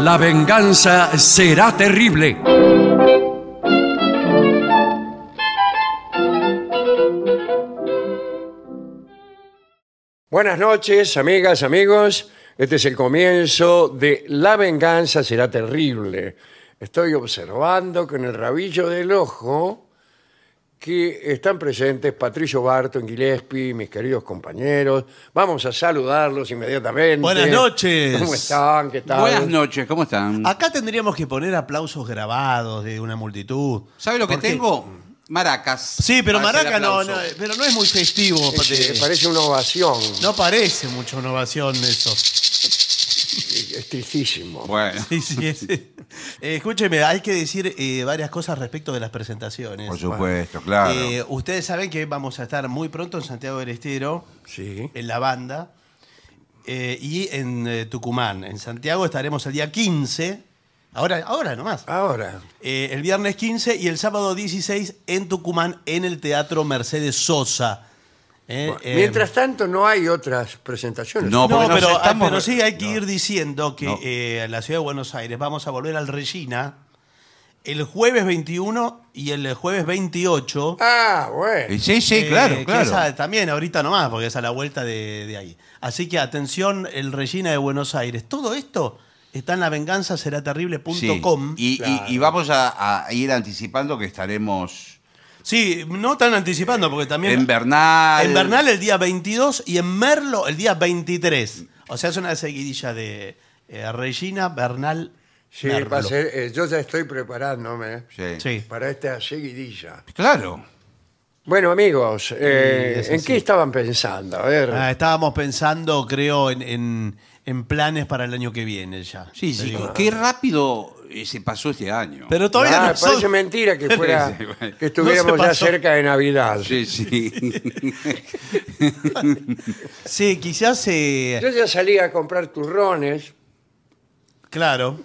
La venganza será terrible. Buenas noches, amigas, amigos. Este es el comienzo de La venganza será terrible. Estoy observando con el rabillo del ojo que están presentes Patricio Barton, Gillespie, mis queridos compañeros. Vamos a saludarlos inmediatamente. Buenas noches. ¿Cómo están? ¿Qué tal? Buenas noches, ¿cómo están? Acá tendríamos que poner aplausos grabados de una multitud. ¿Sabe lo que Porque- tengo? Maracas. Sí, pero Para hacer Maraca no, eh. aplausos. no, pero no es muy festivo. Es que Pate. parece una ovación. No parece mucha innovación eso. Es tristísimo. Bueno, Sí, sí, es- eh, escúcheme, hay que decir eh, varias cosas respecto de las presentaciones. Por supuesto, claro. Eh, ustedes saben que vamos a estar muy pronto en Santiago del Estero, Sí. en la banda, eh, y en eh, Tucumán. En Santiago estaremos el día 15, ahora, ahora nomás. Ahora, Eh, el viernes 15 y el sábado 16 en Tucumán, en el Teatro Mercedes Sosa. Eh, bueno, eh, mientras tanto no hay otras presentaciones. No, porque no, nos pero, estamos- ah, pero sí hay que ir diciendo que No. eh, en la ciudad de Buenos Aires vamos a volver al Regina el jueves 21 y el jueves 28. Ah, bueno. Eh, sí, sí, eh, claro, que claro. esa también ahorita nomás, porque es a la vuelta de, de ahí. Así que atención, el Regina de Buenos Aires. Todo esto está en lavenganzaseraterrible.com. Sí. Y, y- Claro. y vamos a, a ir anticipando que estaremos Sí, no tan anticipando, porque también. en Bernal. En Bernal el día 22 y en Merlo el día 23. O sea, es una seguidilla de eh, Regina, Bernal, Sí, Merlo. va a ser, eh, yo ya estoy preparándome Sí. Sí. para esta seguidilla. Claro. Bueno, amigos, eh, es ¿en así. qué estaban pensando? A ver, Ah, estábamos pensando, creo, en, en- en planes para el año que viene ya. sí, Te sí. digo. Qué rápido eh, se pasó este año. Pero todavía Ah, no son- parece mentira que fuera Sí, bueno. que estuviéramos No se ya pasó. cerca de Navidad. Sí, sí. Sí, quizás. eh, Yo ya salí a comprar turrones. claro.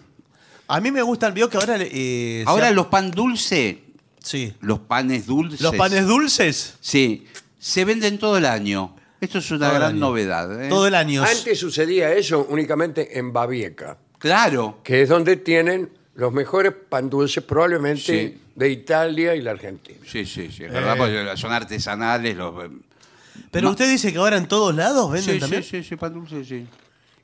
A mí me gusta el video que ahora. eh, Ahora se ha- los pan dulce, Sí. los panes dulces. Los panes dulces. Sí, se venden todo el año. Esto es una Todo el gran año. novedad. ¿eh? Todo el año. Antes sucedía eso únicamente en Babieca, Claro. que es donde tienen los mejores pan dulces probablemente Sí. de Italia y la Argentina. Sí, sí, sí. Es verdad, porque son artesanales. Los... eh, Pero usted dice que ahora en todos lados venden Sí, sí, también. sí, sí, pan dulce, sí.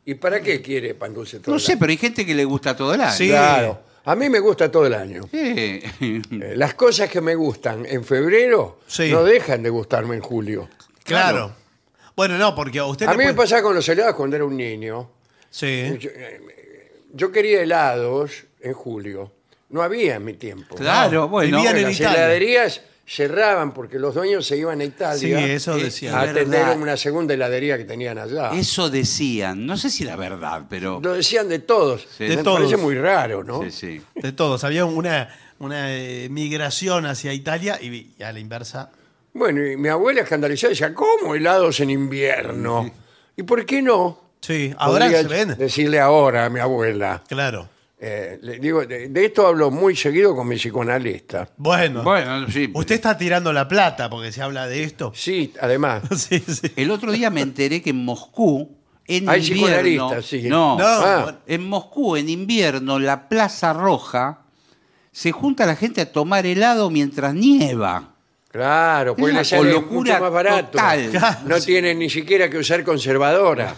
¿Y para qué quiere pan dulce todo No el sé, año? pero hay gente que le gusta todo el año. Sí. Claro, a mí me gusta todo el año. Sí. Eh, Las cosas que me gustan en febrero Sí. no dejan de gustarme en julio. Claro. Bueno, no, porque a usted A le mí me puede- pasaba con los helados cuando era un niño. Sí. Yo, eh, yo quería helados en julio. No había en mi tiempo. Claro, No, bueno. vivían en Las Italia. heladerías cerraban porque los dueños se iban a Sí, Italia eso Eh, a decía. ver- atender verdad. una segunda heladería que tenían allá. Eso decían, no sé si la verdad, pero Lo decían de todos. De Me todos. parece muy raro, ¿no? sí, sí. De todos. Había una, una eh, migración hacia Italia y, y a la inversa. Bueno, y mi abuela escandalizada decía, ¿cómo helados en invierno? ¿Y por qué no? Sí, ahora Podría se ven. Decirle ahora a mi abuela. Claro. Eh, le digo, de, de esto hablo muy seguido con mi psicoanalista. Bueno. Bueno, sí. Usted está tirando la plata porque se habla de esto. Sí, además. Sí, sí. El otro día me enteré que en Moscú, en Hay invierno. psicoanalistas, sí. No, No, Ah. bueno, en Moscú, en invierno, la Plaza Roja, se junta la gente a tomar helado mientras nieva. Claro, porque Una les sale locura mucho más barato. total. No tienen ni siquiera que usar conservadora.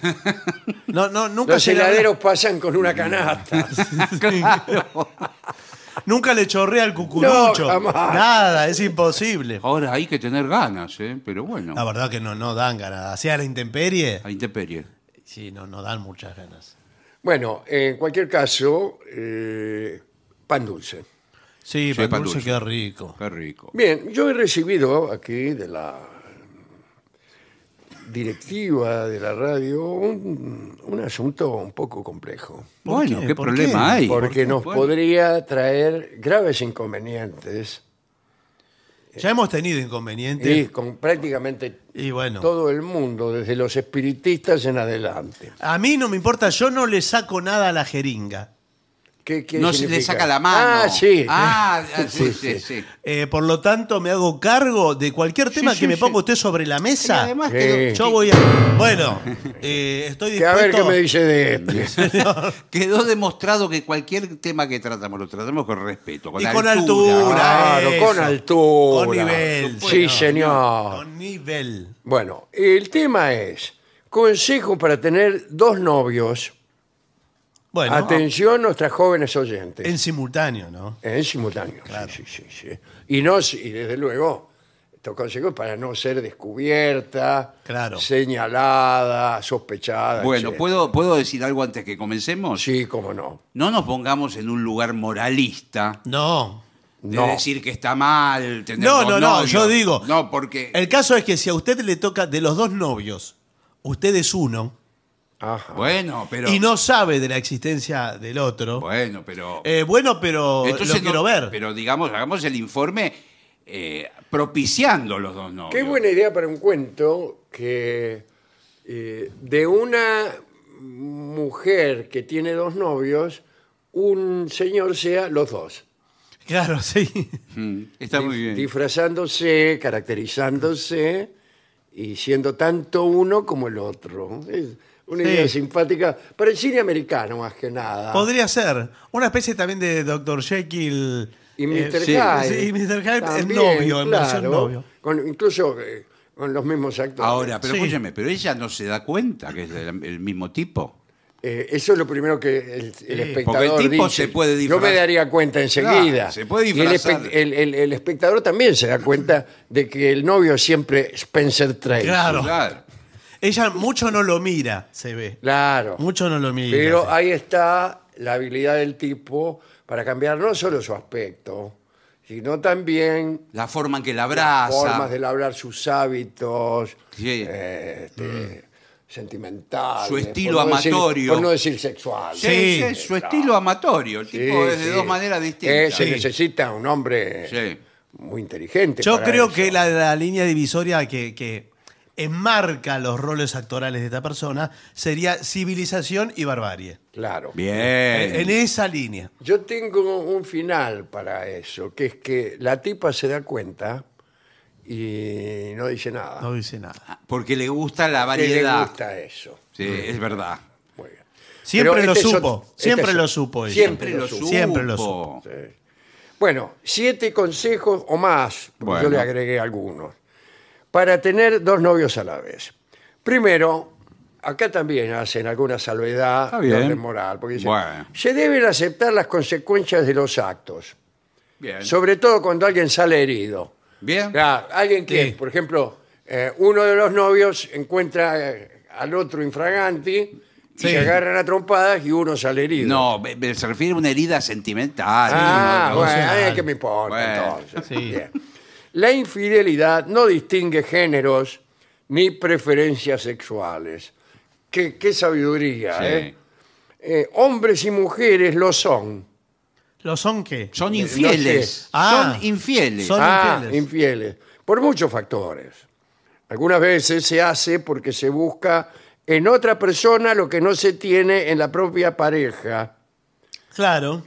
no, no, nunca Los se le habla- heladeros pasan con una canasta. Nunca le chorrea al cucurucho. No, jamás. Nada, es imposible. Ahora hay que tener ganas, ¿eh? pero bueno, Ah, La verdad que no, no dan ganas. Sea la intemperie, a intemperie. sí, no, no dan muchas ganas. Bueno, en cualquier caso, eh, pan dulce. Sí, Sí, pan pan dulce, dulce. qué rico. Qué rico. Bien, yo he recibido aquí de la directiva de la radio un, un asunto un poco complejo. ¿Por Bueno, qué? qué, ¿Por problema qué? hay. Porque nos Bueno, podría traer graves inconvenientes Ya hemos tenido inconvenientes. y con prácticamente Y bueno, todo el mundo, desde los espiritistas en adelante. a mí no me importa, yo no le saco nada a la jeringa. ¿Qué- qué No se significa? le saca la mano. Ah, sí. Ah, ah, sí, Sí, sí, sí. Eh, por lo tanto, me hago cargo de cualquier tema sí, que me sí. ponga usted sobre la Y mesa. además Sí. quedó, Yo voy a. Bueno, eh, estoy Que a dispuesto. ver qué me dice de este. quedó demostrado que cualquier tema que tratamos lo tratamos con respeto, con Y con altura. altura. eh. Claro, eso. con altura. Con nivel, Sí, señor. señor. Con nivel. Bueno, el tema es consejos para tener dos novios. Bueno, Atención, nuestras jóvenes oyentes. en simultáneo, ¿no? En simultáneo. sí, Sí, sí, sí. Y, no, y desde luego, estos consejos para no ser descubierta, Claro. señalada, sospechada. Bueno, etcétera. ¿puedo, ¿puedo decir algo antes que comencemos? Sí, cómo no. No nos pongamos en un lugar moralista No. de No. decir que está mal tener No, dos no, no, novios. yo digo. No, porque El caso es que si a usted le toca de los dos novios, usted es uno Ajá. bueno, pero y no sabe de la existencia del otro. Bueno, bueno, pero Eh, bueno pero entonces lo quiero no- ver. Pero digamos, hagamos el informe eh, propiciando los dos novios. Qué buena idea para un cuento que eh, de una mujer que tiene dos novios, un señor sea los dos. Claro, sí. Mm, Está muy bien. Disfrazándose, caracterizándose y siendo tanto uno como el otro. Es una Sí. idea simpática para el cine americano más que nada. Podría ser. Una especie también de Dr. Jekyll. y eh, Mr. sí, Hyde. sí, Mr. Hyde es también, novio, en versión claro, novio. con- incluso eh, con los mismos actores. Ahora, pero Sí. escúchame, pero ella no se da cuenta que es del- el mismo tipo. Eh, eso es lo primero que el, el espectador porque el tipo dice. se puede Yo disfrazar. me daría cuenta enseguida. Claro, se puede Y el disfrazar. espe- El, el- el espectador también se da cuenta de que el novio es siempre Spencer Tracy. Claro. Claro. Ella mucho no lo mira, se ve. Claro. Mucho no lo mira. Pero sí. ahí está la habilidad del tipo para cambiar no solo su aspecto, sino también La forma en que la abraza. formas del hablar, sus hábitos Sí. Mm. eh, este, sentimentales. Su estilo por no decir- amatorio. por no decir sexual. Sí, Sí. sí, su estilo amatorio. El tipo es de sí. dos maneras Eh, distintas. se Sí. necesita un hombre Sí. muy inteligente. Yo para creo eso. que la, la línea divisoria que, que enmarca los roles actorales de esta persona sería civilización y barbarie. Claro. Bien. Eh. En esa línea. Yo tengo un final para eso, que es que la tipa se da cuenta y no dice nada. No dice nada. Ah, Porque le gusta la Que le variedad. gusta eso. Sí, es verdad. Muy bien. Siempre Pero lo este es supo. otro- este siempre es lo otro. supo ella. Siempre Siempre lo lo supo. Siempre lo supo. Sí. Bueno, siete consejos o más, porque yo Bueno. le agregué algunos, para tener dos novios a la vez. Primero, acá también hacen alguna salvedad Está bien. de orden moral, porque dicen, Bueno. se deben aceptar las consecuencias de los actos, Bien. sobre todo cuando alguien sale herido. Bien. Ya, alguien que, Sí. por ejemplo, eh, uno de los novios encuentra eh, al otro infraganti, Sí. se agarran a trompadas y uno sale herido. No, me- me- se refiere a una herida sentimental. Ah, no, bueno, no sé. es que me importa Bueno, entonces. sí. Bien. La infidelidad no distingue géneros ni preferencias sexuales. Qué, qué sabiduría, Sí. ¿eh? Eh, Hombres y mujeres lo son. ¿Lo son qué? Son infieles. sé. Ah. Son infieles. Son- ah, infieles. infieles. Por muchos factores. Algunas veces se hace porque se busca en otra persona lo que no se tiene en la propia pareja. Claro.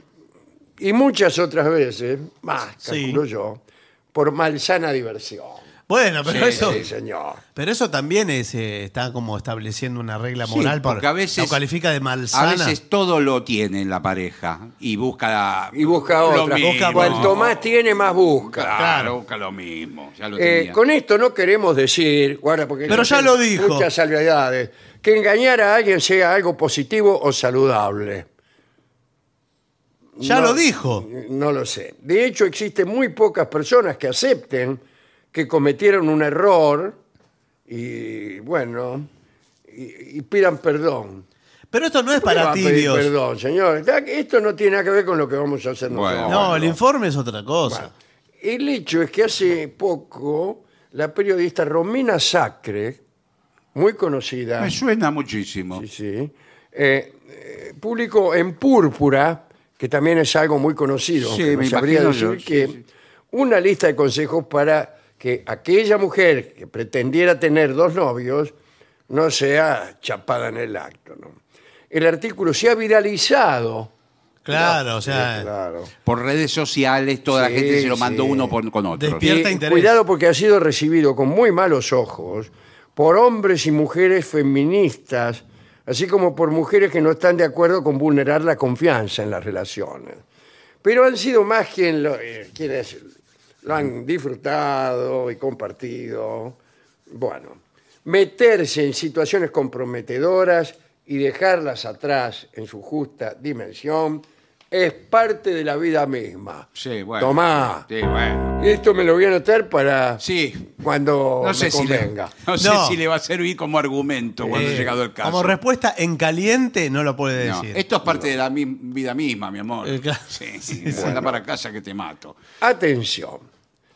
Y muchas otras veces, más, Sí. calculo yo, por malsana diversión. Bueno, pero eso. Sí, señor. Pero eso también es, eh, está como estableciendo una regla moral por- porque a veces- lo califica de A malsana. veces todo lo tiene en la pareja y busca Y busca lo otra. mismo. Busca- Cuanto más tiene, más busca. Claro, Claro. busca lo mismo. Ya lo Eh, tenía. con esto no queremos decir, guarda, porque Pero ya hay lo dijo. Muchas salvedades. Que engañar a alguien sea algo positivo o saludable. ya No, lo dijo. No lo sé. De hecho, existen muy pocas personas que acepten que cometieron un error y, bueno, y, y pidan perdón. Pero esto no es ¿Cómo le va para a ti, pedir Dios. Perdón, señor. Esto no tiene nada que ver con lo que vamos a hacer Bueno. nosotros. No, el informe es otra cosa. El hecho es que hace poco la periodista Romina Sacre, muy conocida, Ah. Me suena muchísimo. sí, sí, eh, eh, publicó en Púrpura, que también es algo muy conocido, Sí, aunque no me sabría imagino decir yo, sí, que, sí. una lista de consejos para que aquella mujer que pretendiera tener dos novios no sea chapada en el acto. ¿no? El artículo se ha viralizado Claro, o sea, Sí, claro. Por redes sociales, toda Sí, la gente se lo mandó sí. uno por- con otro. Despi- Despierta Y interés. Cuidado porque ha sido recibido con muy malos ojos por hombres y mujeres feministas, así como por mujeres que no están de acuerdo con vulnerar la confianza en las relaciones. Pero han sido más quien lo- eh, quienes lo han disfrutado y compartido. Bueno, meterse en situaciones comprometedoras y dejarlas atrás en su justa dimensión es parte de la vida misma. Sí, bueno. Tomá. Sí, bueno. Esto me lo voy a anotar para Sí. cuando No me sé, si le, convenga. no sé No. si le va a servir como argumento cuando eh, ha llegado el caso. Como respuesta en caliente no lo puede No, decir. Esto es parte de la mi- vida misma, mi amor. Eh, claro. Sí, Sí, anda sí. para casa que te mato. Atención.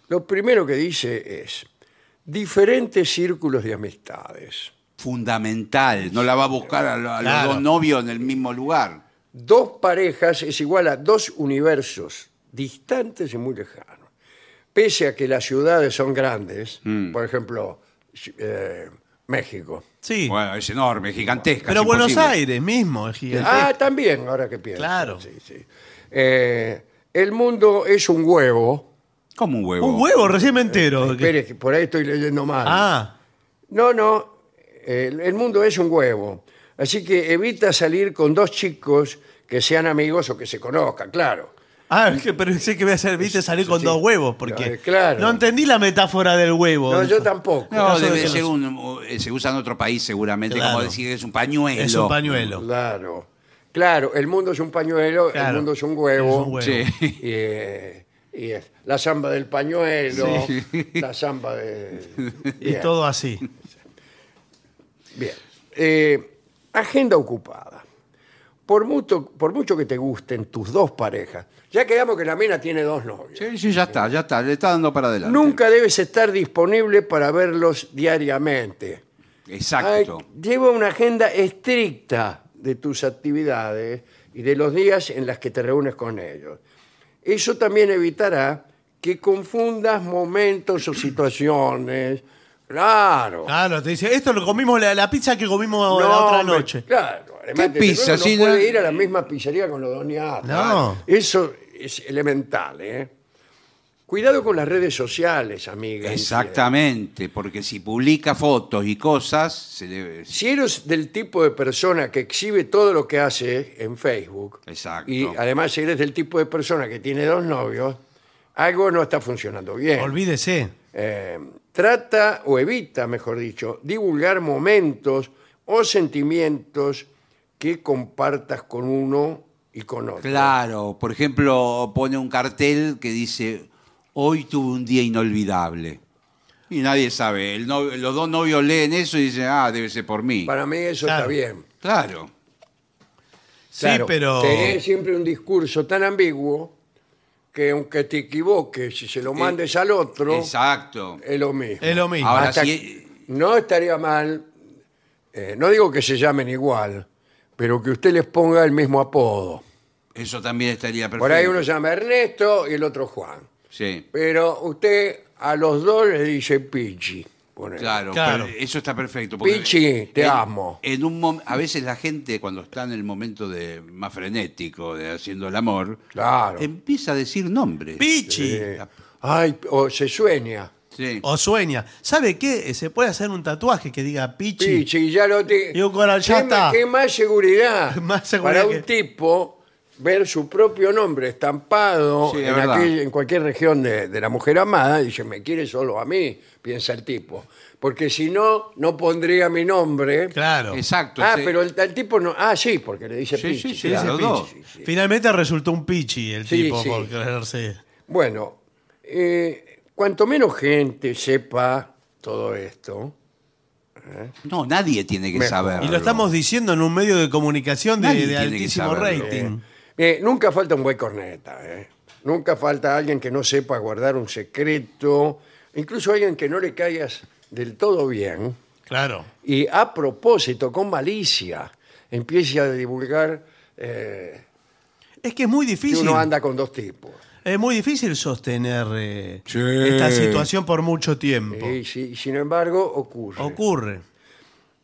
Lo primero que dice es diferentes círculos de amistades. Fundamental. No la va a buscar a, lo- a Claro. los dos novios en el mismo lugar. Dos parejas es igual a dos universos distantes y muy lejanos. Pese a que las ciudades son grandes, Mm. por ejemplo, eh, México. Sí. Bueno, es enorme, gigantesca. Pero es Buenos imposible. Aires mismo es gigante. Ah, también, ahora que pienso. Claro. Sí, sí. Eh, el mundo es un huevo. Como un huevo. Ah, Un huevo, recién me entero. Espere, que por ahí estoy leyendo mal. Ah, No, no, el, el mundo es un huevo. Así que evita salir con dos chicos que sean amigos o que se conozcan, claro. ah es que- pero sé que voy a hacer, viste, salir con sí. dos huevos, porque Eh, claro. no entendí la metáfora del huevo. No, yo dijo. tampoco. No, Caso de debe que ser no- un. eh, Se usa en otro país seguramente, Claro. como decir, es un pañuelo. Es un pañuelo. Claro, claro, el mundo es un pañuelo, el Claro. mundo es un huevo. Es un huevo. Sí. Y, eh, y es la samba del pañuelo, la samba de... Y Bien, todo así. bien. Eh, agenda ocupada. Por mucho, por mucho que te gusten tus dos parejas, ya quedamos que la mina tiene dos novios. Sí, sí, ya está, ya está. Le está dando para adelante. Nunca debes estar disponible para verlos diariamente. Exacto. Ay, lleva una agenda estricta de tus actividades y de los días en las que te reúnes con ellos. Eso también evitará que confundas momentos o situaciones. Claro. Claro, te dice, esto lo comimos, la, la pizza que comimos Ah, la No, otra hombre, noche. Claro. Además, ¿Qué desde pizza? luego Si No no- puede ir a la misma pizzería con los doñados. No. Eso es elemental, ¿eh? Cuidado con las redes sociales, amiga. infiel. Exactamente, porque si publica fotos y cosas, se le. Si eres del tipo de persona que exhibe todo lo que hace en Facebook, Exacto. y además eres del tipo de persona que tiene dos novios, algo no está funcionando bien. Olvídese. Eh, trata o evita, mejor dicho, divulgar momentos o sentimientos que compartas con uno y con otro. Claro, por ejemplo, pone un cartel que dice, hoy tuve un día inolvidable. Y nadie sabe, el novio- los dos novios leen eso y dicen, ah, debe ser por mí. Para mí eso está Claro. bien. Claro, Sí, Claro, pero. Tener siempre un discurso tan ambiguo que aunque te equivoques, si se lo mandes al otro, Eh, exacto. es lo mismo. Es lo mismo. Ahora Hasta sí- que- no estaría mal, eh, no digo que se llamen igual, pero que usted les ponga el mismo apodo. Eso también estaría perfecto. Por ahí uno llama Ernesto y el otro Juan. Sí, Pero usted a los dos le dice Pichi. ponele. claro, Claro. pero eso está perfecto. porque Pichi, te en- amo. En un mom- a veces la gente cuando está en el momento de más frenético, de haciendo el amor, Claro. empieza a decir nombres. Pichi. Eh, ay, o se sueña. Sí. O sueña. ¿Sabe qué? Eh, Se puede hacer un tatuaje que diga Pichi. Pichi, ya lo te... Y un coral, ya ¿Qué ma- está. qué más seguridad, Más seguridad para un que- tipo ver su propio nombre estampado Sí, es en, verdad. aquel- en cualquier región de, de la mujer amada. Dice, me quiere solo a mí, piensa el tipo. Porque si no, no pondría mi nombre. Claro. Exacto. Ah, sí. pero el, el tipo no. Ah, sí, porque le dice Sí, Pichi. sí, sí, claro. los dos. Pichi, sí, sí. Finalmente resultó un Pichi el Sí, tipo sí. por creerse. Bueno, eh, cuanto menos gente sepa todo esto, No, nadie tiene que Mejor. saber. Y lo estamos diciendo en un medio de comunicación de, Nadie de tiene que altísimo saberlo. rating. Eh, nunca falta un buen corneta, ¿eh? Nunca falta alguien que no sepa guardar un secreto, incluso alguien que no le caigas del todo bien Claro. y a propósito, con malicia, empiece a divulgar eh, Es que es muy que difícil. uno anda con dos tipos. Es muy difícil sostener eh, Sí. esta situación por mucho tiempo. ¿eh? Y si- sin embargo, ocurre. Ocurre.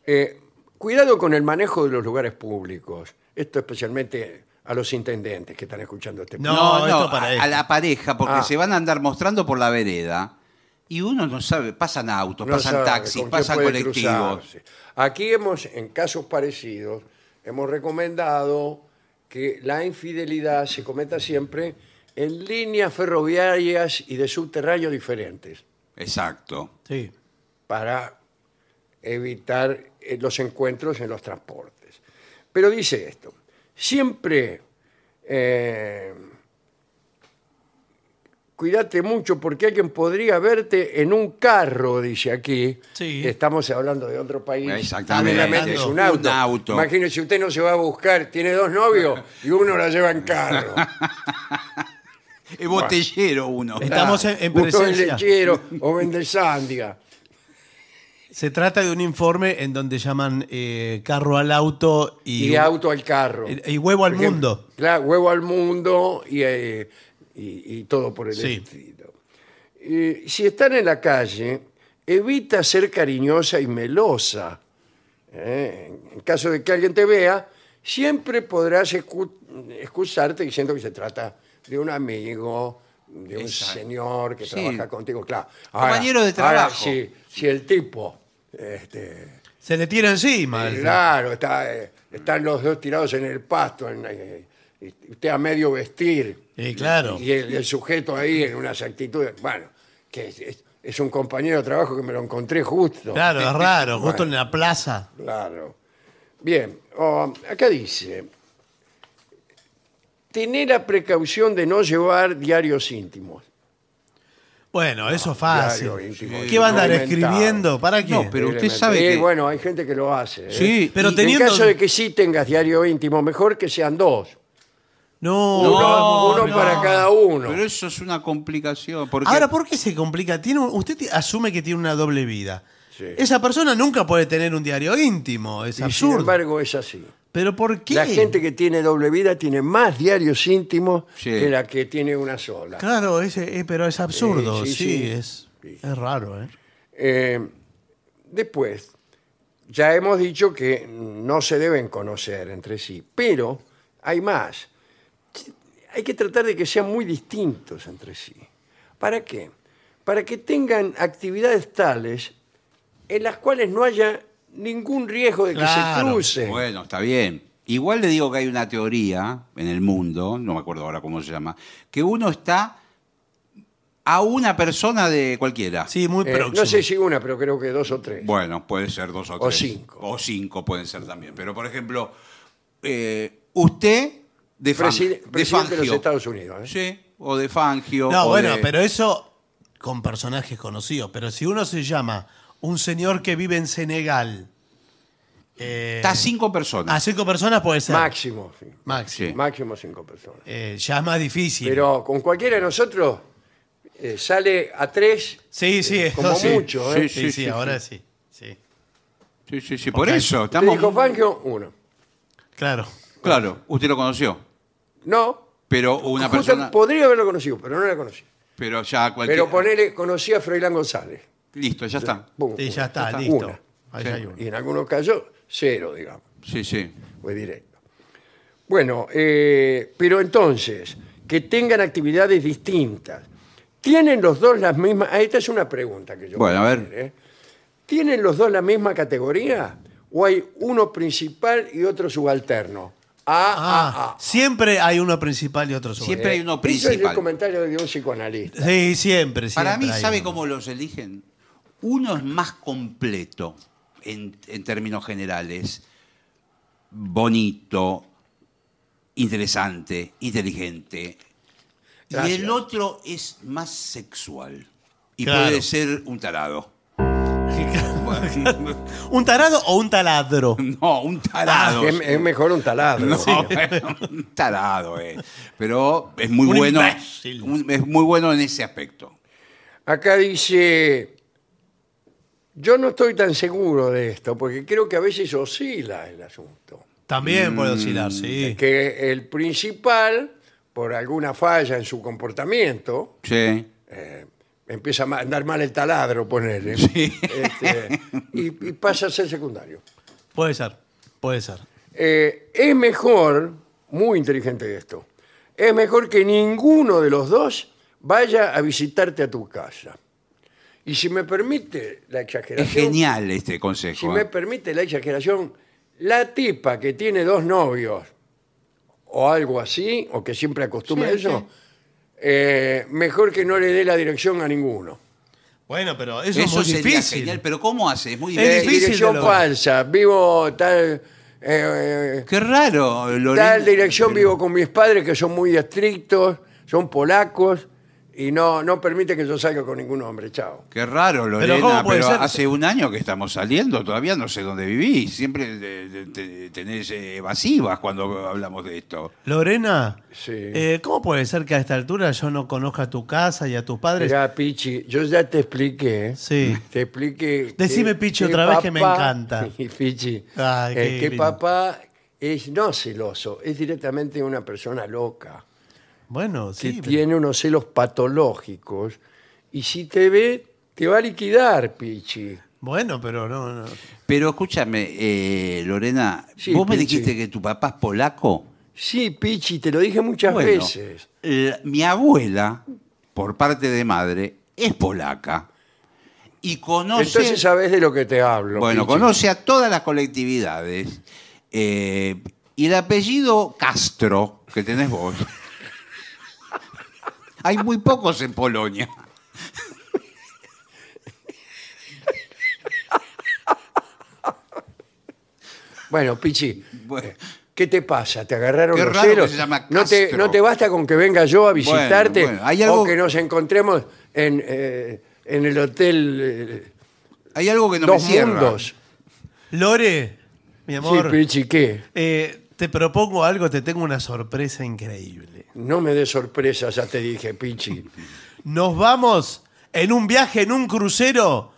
Eh, cuidado con el manejo de los lugares públicos. Esto especialmente a los intendentes que están escuchando este No, esto para a, esto. a la pareja, porque Ah. se van a andar mostrando por la vereda y uno no sabe, pasan autos, No pasan sabe taxis, con quién pasan puede colectivos. cruzarse. Aquí hemos, en casos parecidos, hemos recomendado que la infidelidad se cometa siempre en líneas ferroviarias y de subterráneos diferentes Exacto. Sí. para evitar eh, los encuentros en los transportes. Pero dice esto, siempre eh, cuídate mucho porque alguien podría verte en un carro, dice aquí. Sí. Estamos hablando de otro país. Eh, Exactamente. Claramente Es un auto. Un auto. Imagínese, usted no se va a buscar, tiene dos novios y uno la lleva en carro. Es botellero uno. Estamos en, en Uno es presencia. lechero o vende sandia. Se trata de un informe en donde llaman eh, carro al auto y, y auto al carro. y- y huevo al Por ejemplo, mundo. Claro, huevo al mundo y, eh, y- y todo por el Sí. estilo. Eh, si están en la calle, evita ser cariñosa y melosa. Eh, en caso de que alguien te vea, siempre podrás escu- excusarte diciendo que se trata de un amigo, de un Exacto. señor que Sí. trabaja contigo. Claro. Compañero de trabajo. si, si el tipo... este, Se le tira encima. el- Claro, está, eh, están los dos tirados en el pasto, en, eh, y usted a medio vestir Sí, claro. y el, el sujeto ahí en unas actitudes, bueno, que es, es- es un compañero de trabajo que me lo encontré justo. Claro, es raro, justo Bueno. en la plaza. Claro. Bien, oh, acá dice, tener la precaución de no llevar diarios íntimos. Bueno, eso es fácil. diario íntimo, ¿Qué va a andar documentado. escribiendo? ¿Para qué? No, Pero usted sabe Eh, que- Bueno, hay gente que lo hace. ¿eh? Sí, Pero Y teniendo- En caso de que sí tengas diario íntimo, mejor que sean dos. no, Uno, no, uno no. para cada uno. Pero eso es una complicación. Porque Ahora, ¿por qué se complica? Tiene, un- usted ti- asume que tiene una doble vida. Sí. Esa persona nunca puede tener un diario íntimo, es Y absurdo. Sin embargo, es así. ¿Pero por qué? La gente que tiene doble vida tiene más diarios íntimos Sí. que la que tiene una sola. Claro, es- eh, pero es absurdo, Sí, sí, sí, sí. Es, Sí. es raro. ¿eh? Eh, después, ya hemos dicho que no se deben conocer entre sí, pero hay más. Hay que tratar de que sean muy distintos entre sí. ¿Para qué? Para que tengan actividades tales en las cuales no haya ningún riesgo de que se Eh, Claro. crucen. Bueno, está bien. Igual le digo que hay una teoría en el mundo, no me acuerdo ahora cómo se llama, que uno está a una persona de cualquiera. Sí, muy Eh, próximo. no sé si una, pero creo que dos o tres. Bueno, puede ser dos o O tres. cinco. O cinco pueden ser también. Pero, por ejemplo, eh, usted de, Fan- Preside- de presidente de los Fangio. Estados Unidos. ¿eh? Sí, o de Fangio. No, o bueno, de- pero eso con personajes conocidos. Pero si uno se llama un señor que vive en Senegal. eh, Está cinco personas. a cinco personas puede ser. Máximo, sí. Máximo. Sí. máximo cinco personas. Eh, ya es más difícil. Pero con cualquiera de nosotros eh, sale a tres sí, sí, eso como sí. mucho. ¿eh? Sí, sí, sí, ahora sí. sí. Sí, sí, sí. Por Ok. eso, Te estamos. dijo Fangio, uno. Claro. Claro, usted lo conoció. No, Pero una justo persona. podría haberlo conocido, pero no la conocí. Pero ya cualquier. Pero ponele, conocí a Froilán González. Listo, ya está. Pum, Sí, ya una. está, listo. Una. Ahí Sí. hay uno. Y en algunos casos, cero, digamos. Sí, sí. Fue directo. Bueno, eh, pero entonces, que tengan actividades distintas. ¿Tienen los dos las mismas? ah, Esta es una pregunta que yo Bueno, voy a ver. hacer, ¿eh? ¿Tienen los dos la misma categoría? ¿O hay uno principal y otro subalterno? Ah, ah, Ah, ah. siempre hay uno principal y otro sobre. Siempre hay uno Eso es el principal. Eh, comentario de un psicoanalista. Sí, siempre, siempre. Para mí, hay ¿sabe uno. cómo los eligen? Uno es más completo en, en términos generales. Bonito, interesante, inteligente. Y Gracias. el otro es más sexual. Y Claro. puede ser un tarado. Bueno, ¿Un tarado o un taladro? no, un tarado. Ah, Es, es mejor un taladro. No, bueno, un tarado, eh. Pero es muy Un bueno. imbécil. un- es muy bueno en ese aspecto. Acá dice, yo no estoy tan seguro de esto, porque creo que a veces oscila el asunto. También puede Mm, oscilar, sí. que el principal, por alguna falla en su comportamiento, Sí. empieza a ma- andar mal el taladro, ponerle, y, y pasa a ser secundario. Puede ser, puede ser. Eh, es mejor muy inteligente esto. Es mejor que ninguno de los dos vaya a visitarte a tu casa. Y si me permite la exageración. Es genial este Si consejo. me ¿eh? permite la exageración, la tipa que tiene dos novios o algo así, o que siempre acostumbra Sí, eso, sí. eh, mejor que no le dé la dirección a ninguno. Bueno, pero eso, Eso, es muy sería difícil. genial, pero ¿cómo hace? Es Es muy Eh, difícil. difícil dirección de lograr. falsa, vivo tal, eh, Qué raro, Lorena. tal dirección, vivo con mis padres que son muy estrictos, son polacos y no, no permite que yo salga con ningún hombre, chao. Qué raro, Lorena, pero, ¿cómo puede ser? hace un año que estamos saliendo, todavía no sé dónde vivís. Siempre eh, te- te- tenés eh, evasivas cuando hablamos de esto. Lorena, Sí. eh, ¿cómo puede ser que a esta altura yo no conozca tu casa y a tus padres? Mirá, Pichi, yo ya te expliqué. ¿eh? Sí. Te expliqué. Decime, Pichi, otra vez que me encanta. Sí, Pichi. Ay, eh, qué que lindo. papá es no celoso, es directamente una persona loca Bueno, que sí. pero- tiene unos celos patológicos y si te ve, te va a liquidar, Pichi. Bueno, pero no, no. Pero escúchame, eh, Lorena, Sí, vos me Pichi. dijiste que tu papá es polaco. Sí, Pichi, te lo dije muchas Bueno, veces. la- mi abuela, por parte de madre, es polaca. Y conoce. Entonces sabes de lo que te hablo. Bueno, Pichi. conoce a todas las colectividades. Eh, y el apellido Castro, que tenés vos. Hay muy pocos en Polonia. Bueno, Pichi, Bueno, ¿qué te pasa? ¿Te agarraron Qué los raro que celos? se llama no, te, Castro. no te basta con que venga yo a visitarte bueno, hay algo- o que nos encontremos en, eh, en el hotel eh, hay algo que no Dos me cierra. Mundos. Lore, mi amor, Sí, Pichi, ¿qué? eh, te propongo algo, te tengo una sorpresa increíble. No me des sorpresas, ya te dije, Pichi. Nos vamos en un viaje, en un crucero,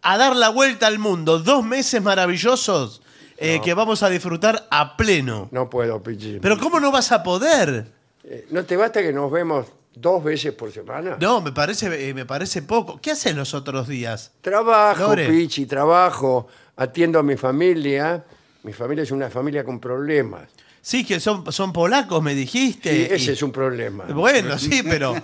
a dar la vuelta al mundo. Dos meses maravillosos eh, que vamos a disfrutar a pleno. No puedo, Pichi. Pero ¿cómo no vas a poder? Eh, ¿No te basta que nos vemos dos veces por semana? No, me parece, eh, me parece poco. ¿Qué haces los otros días? Trabajo, Lore. Pichi, trabajo. Atiendo a mi familia. Mi familia es una familia con problemas. Sí, que son, son polacos, me dijiste. Sí, y- ese es un problema. Bueno, sí, pero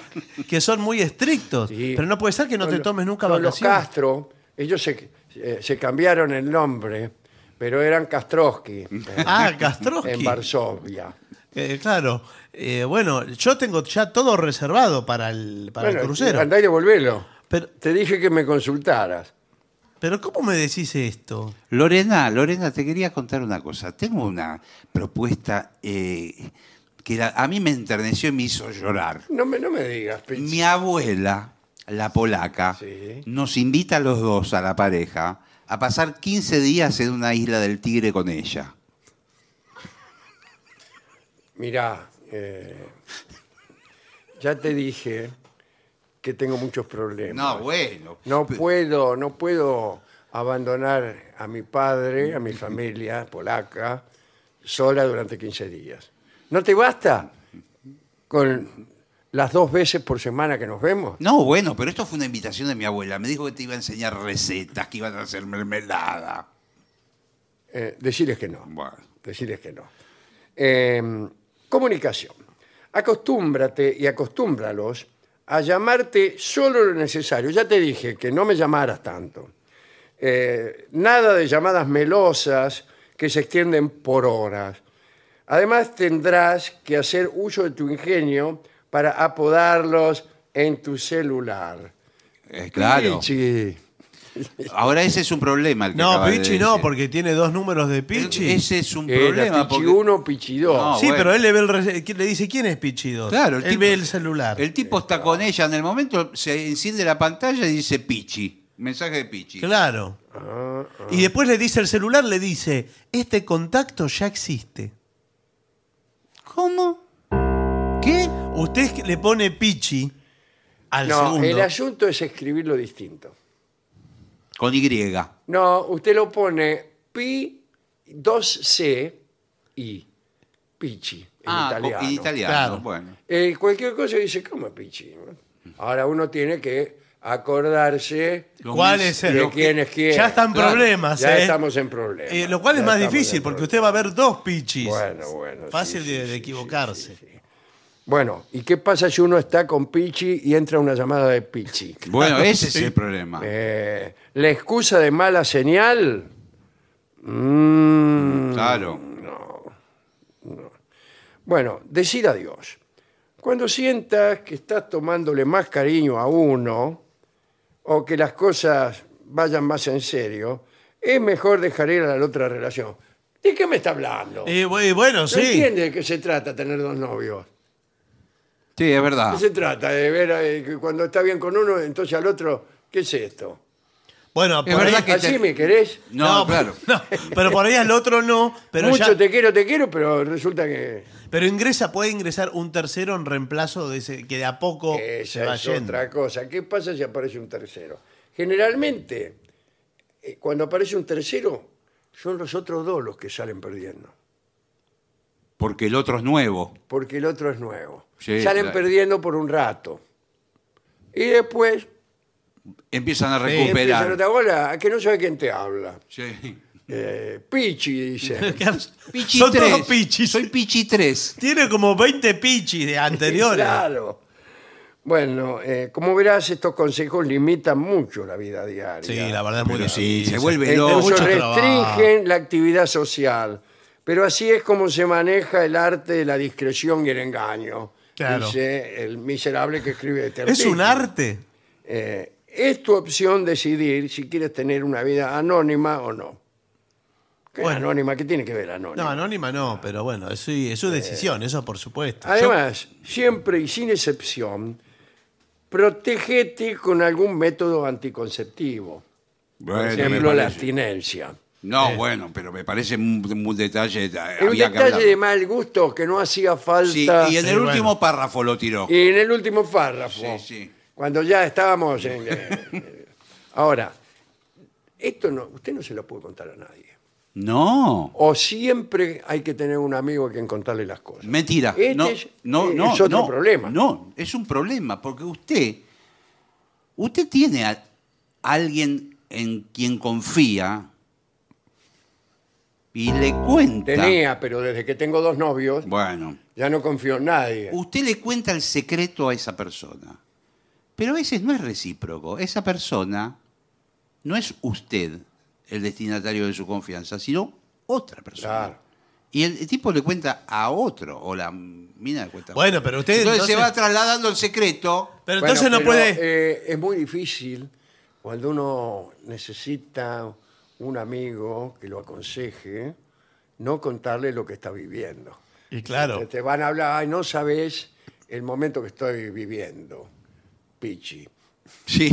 que son muy estrictos. Sí. Pero no puede ser que no te lo- tomes nunca con los vacaciones. Castro, ellos se, eh, se cambiaron el nombre, pero eran Kastrowski eh, Ah, Kastrowski. en Varsovia. Eh, claro. Eh, bueno, yo tengo ya todo reservado para el, para el Bueno, crucero. Andá y devolvelo. Pero, Te dije que me consultaras. pero ¿cómo me decís esto? Lorena, Lorena, te quería contar una cosa. Tengo una propuesta eh, que la- a mí me enterneció y me hizo llorar. No me, no me digas, Pichi. Mi abuela, la polaca, Sí. nos invita a los dos, a la pareja, a pasar 15 días en una isla del Tigre con ella. Mirá, eh, ya te dije que tengo muchos problemas. No, bueno. No puedo, no puedo abandonar a mi padre, a mi familia polaca, sola durante 15 días. ¿No te basta con las dos veces por semana que nos vemos? No, bueno, pero esto fue una invitación de mi abuela. Me dijo que te iba a enseñar recetas, que iban a hacer mermelada. Eh, decirles que no. Bueno. Decirles que no. Eh, comunicación. Acostúmbrate y acostúmbralos a llamarte solo lo necesario. Ya te dije que no me llamaras tanto. Eh, nada de llamadas melosas que se extienden por horas. Además tendrás que hacer uso de tu ingenio para apodarlos en tu celular. Eh, claro. Pichi. Ahora ese es un problema. El que No, acabas de Pichi no, decir. porque tiene dos números de Pichi. Ese es un Era problema. Eh, Pichi porque- 1, Pichi 2. No, sí, bueno. pero él le, ve el re- le dice, ¿quién es Pichi 2? Claro, el él tipo- ve el celular. El tipo está con ella en el momento, se enciende la pantalla y dice Pichi. Mensaje de Pichi. Claro. Y después le dice el celular, le dice, este contacto ya existe. ¿Cómo? ¿Qué? Usted le pone Pichi al No, segundo. el asunto es escribirlo distinto. Con Y. No, usted lo pone pi 2c y pichi en ah, con- italiano. en italiano. Claro. Bueno. Eh, cualquier cosa dice, ¿cómo pichi? Ahora uno tiene que acordarse ¿Cuál es el- de quién es quién. Ya están Claro, problemas, Ya eh. estamos en problemas. Eh, lo cual Ya es más estamos difícil, en porque problemas. usted va a ver dos pichis. Bueno, bueno. sí, Fácil sí, de, de sí, sí, equivocarse. sí, sí. Bueno, ¿y qué pasa si uno está con Pichi y entra una llamada de Pichi? Bueno, ese sí. es el problema. Eh, la excusa de mala señal. Mm, Claro. Bueno, decir adiós. Cuando sientas que estás tomándole más cariño a uno o que las cosas vayan más en serio, es mejor dejar ir a la otra relación. ¿De qué me está hablando? Y bu- y Eh, bueno, ¿No sí. entiende de qué se trata tener dos novios? Sí, es verdad. ¿Qué se trata? De ver eh, que cuando está bien con uno, entonces al otro, ¿qué es esto? Bueno, Es por ahí- verdad que ¿Así te- me querés? No, claro. no, pero por ahí al otro no. Pero, Mucho ya- te quiero, te quiero, pero resulta que pero ingresa, puede ingresar un tercero en reemplazo de ese que de a poco Oh, se esa va es yendo. otra cosa. ¿Qué pasa si aparece un tercero? Generalmente, eh, cuando aparece un tercero, son los otros dos los que salen perdiendo, Porque el otro es nuevo. porque el otro es nuevo. Sí, salen la- perdiendo por un rato. Y después, Empiezan a empiezan recuperar. otra bola, a que no sabe quién te habla. Sí. Eh, Pichi, dice. Pichi Son tres. todos pichis. Soy Pichi 3. Tiene como 20 pichis de anteriores. Claro. Bueno, eh, como verás, estos consejos limitan mucho la vida diaria. Sí, la verdad es muy difícil. se vuelve Entonces loco. mucho restringen trabajo. la actividad social. Pero así es como se maneja el arte de la discreción y el engaño. Claro. Dice el miserable que escribe este Es un artículo. arte. Eh, es tu opción decidir si quieres tener una vida anónima o no. ¿Qué Bueno. anónima? ¿Qué tiene que ver anónima? No, anónima no, pero bueno, es, su- es su decisión, eso por Ah, supuesto. Además, siempre y sin excepción, protégete con algún método anticonceptivo. Por Bueno, ejemplo, me la parece- abstinencia. No, bueno, pero me parece un, un detalle. ah, había Es un que detalle hablarlo. de mal gusto que no hacía falta. Sí, y en Sí, el bueno. último párrafo lo tiró. Y en el último párrafo, Sí, sí. cuando ya estábamos en... eh, ahora, esto no, usted no se lo puede contar a nadie. No. O siempre hay que tener un amigo a quien contarle las cosas. Mentira. Este no, es- no, eh, no, es otro no, problema. No, es un problema, porque usted, usted tiene a alguien en quien confía y le cuenta. Tenía, pero desde que tengo dos novios, Bueno, Uh, ya no confío en nadie. usted le cuenta el secreto a esa persona, pero a veces no es recíproco. Esa persona no es usted el destinatario de su confianza, sino otra persona. Claro. Y el, el tipo le cuenta a otro, o la mina le cuenta a Bueno, pero usted entonces, entonces- se va trasladando el secreto. Pero Bueno, entonces no pero, puede... eh, es muy difícil cuando uno necesita un amigo que lo aconseje, no contarle lo que está viviendo. y claro. Te- Te van a hablar, ay, no sabes el momento que estoy viviendo, Pichi. Sí.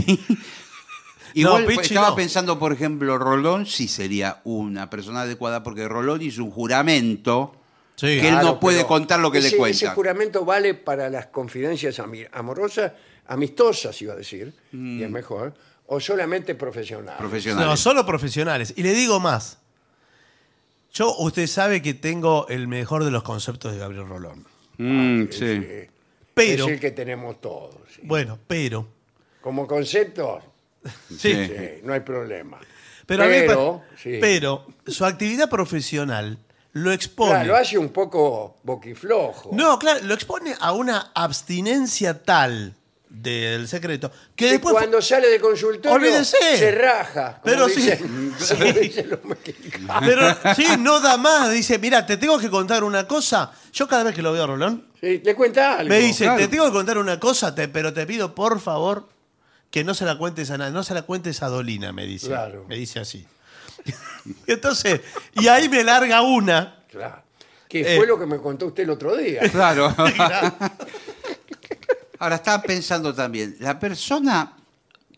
Igual Pichi, estaba no. pensando, por ejemplo, Rolón sí sería una persona adecuada porque Rolón hizo un juramento Sí. ah, que él no puede pero contar lo que ese- le cuenta. Ese juramento vale para las confidencias ami- amorosas, amistosas, iba a decir, y es Mm. mejor, o solamente profesional. Profesional. No, solo profesionales. Y le digo más. Yo, usted sabe que tengo el mejor de los conceptos de Gabriel Rolón. Mm, sí. Pero, es el que tenemos todos. sí. bueno, pero. Como conceptos, Sí. Sí. sí, no hay problema. Pero, a mí me Pero, pa- sí. pero su actividad profesional lo expone. Claro, lo hace un poco boquiflojo. No, claro, lo expone a una abstinencia tal del secreto que Y después. cuando sale del consultorio Olvídese. se raja. como Pero sí. dicen- Sí. como dicen los mexicanos. Pero sí, no da más. Dice, mira, te tengo que contar una cosa. Yo cada vez que lo veo a Rolón, Sí, le cuenta algo. me dice, claro. te tengo que contar una cosa, te- pero te pido por favor que no se la cuentes a nadie, no se la cuentes a Dolina, me dice. Claro. Me dice así. Y Entonces, y ahí me larga una. Claro. Que fue Eh. lo que me contó usted el otro día. Claro. Ahora estaba pensando también, la persona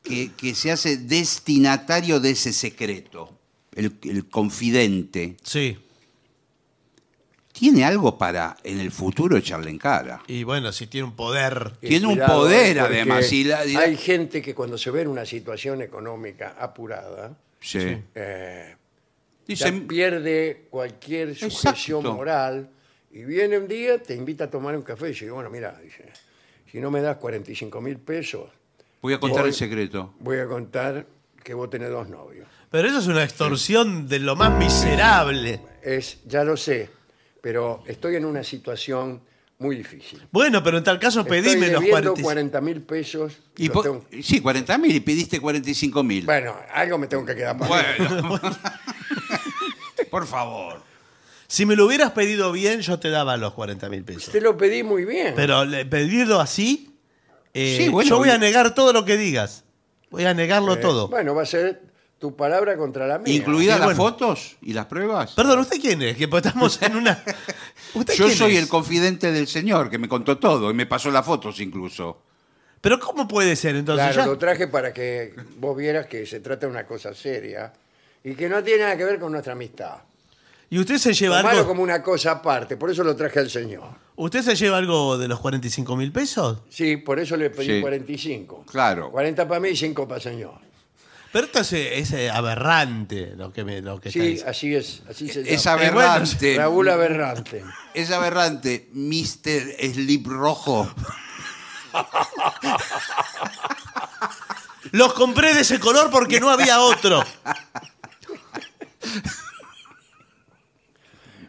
que, que se hace destinatario de ese secreto, el, el confidente, Sí. tiene algo para en el futuro echarle en cara. Y bueno, si tiene un poder. Que Tiene un cuidado, ¿eh? poder, porque además, y la- y la- Hay gente que cuando se ve en una situación económica apurada, Sí. eh, ya Dice, pierde cualquier sujeción Exacto. moral y viene un día, te invita a tomar un café y dice, bueno, mira, dice, si no me das 45 mil pesos, Voy a contar Voy- el secreto. Voy a contar que vos tenés dos novios. Pero eso es una extorsión de lo más miserable. Es, ya lo sé, pero estoy en una situación muy difícil. Bueno, pero en tal caso pedime los estoy debiendo 40. 40 mil pesos. Y los po- tengo- Sí, 40 mil y pediste 45 mil. Bueno, algo me tengo que quedar para mí. Bueno. Por favor. Si me lo hubieras pedido bien, yo te daba los 40 mil pesos. Te lo pedí muy bien. Pero le- pedirlo así, eh, Sí, bueno, yo voy a y- negar todo lo que digas. Voy a negarlo Eh, todo. Bueno, va a ser tu palabra contra la mía. ¿Incluidas Y las bueno. fotos y las pruebas? Perdón, ¿usted quién es? Que pues estamos en una. ¿Usted Yo quién soy es? el confidente del señor que me contó todo y me pasó las fotos incluso. Pero ¿cómo puede ser entonces? Claro, ya- lo traje para que vos vieras que se trata de una cosa seria y que no tiene nada que ver con nuestra amistad. Y usted se lleva Tomarlo algo. como una cosa aparte, por eso lo traje al señor. ¿Usted se lleva algo de los 45 mil pesos? Sí, por eso le pedí Sí. 45. Claro. 40 para mí y 5 para el señor. Pero esto es, es, eh, aberrante lo que, me, lo que está Sí, diciendo. así es, así se Es llama. Eh, bueno, aberrante. Raúl Aberrante. Es aberrante, Mr. Slip Rojo. Los compré de ese color porque no había otro.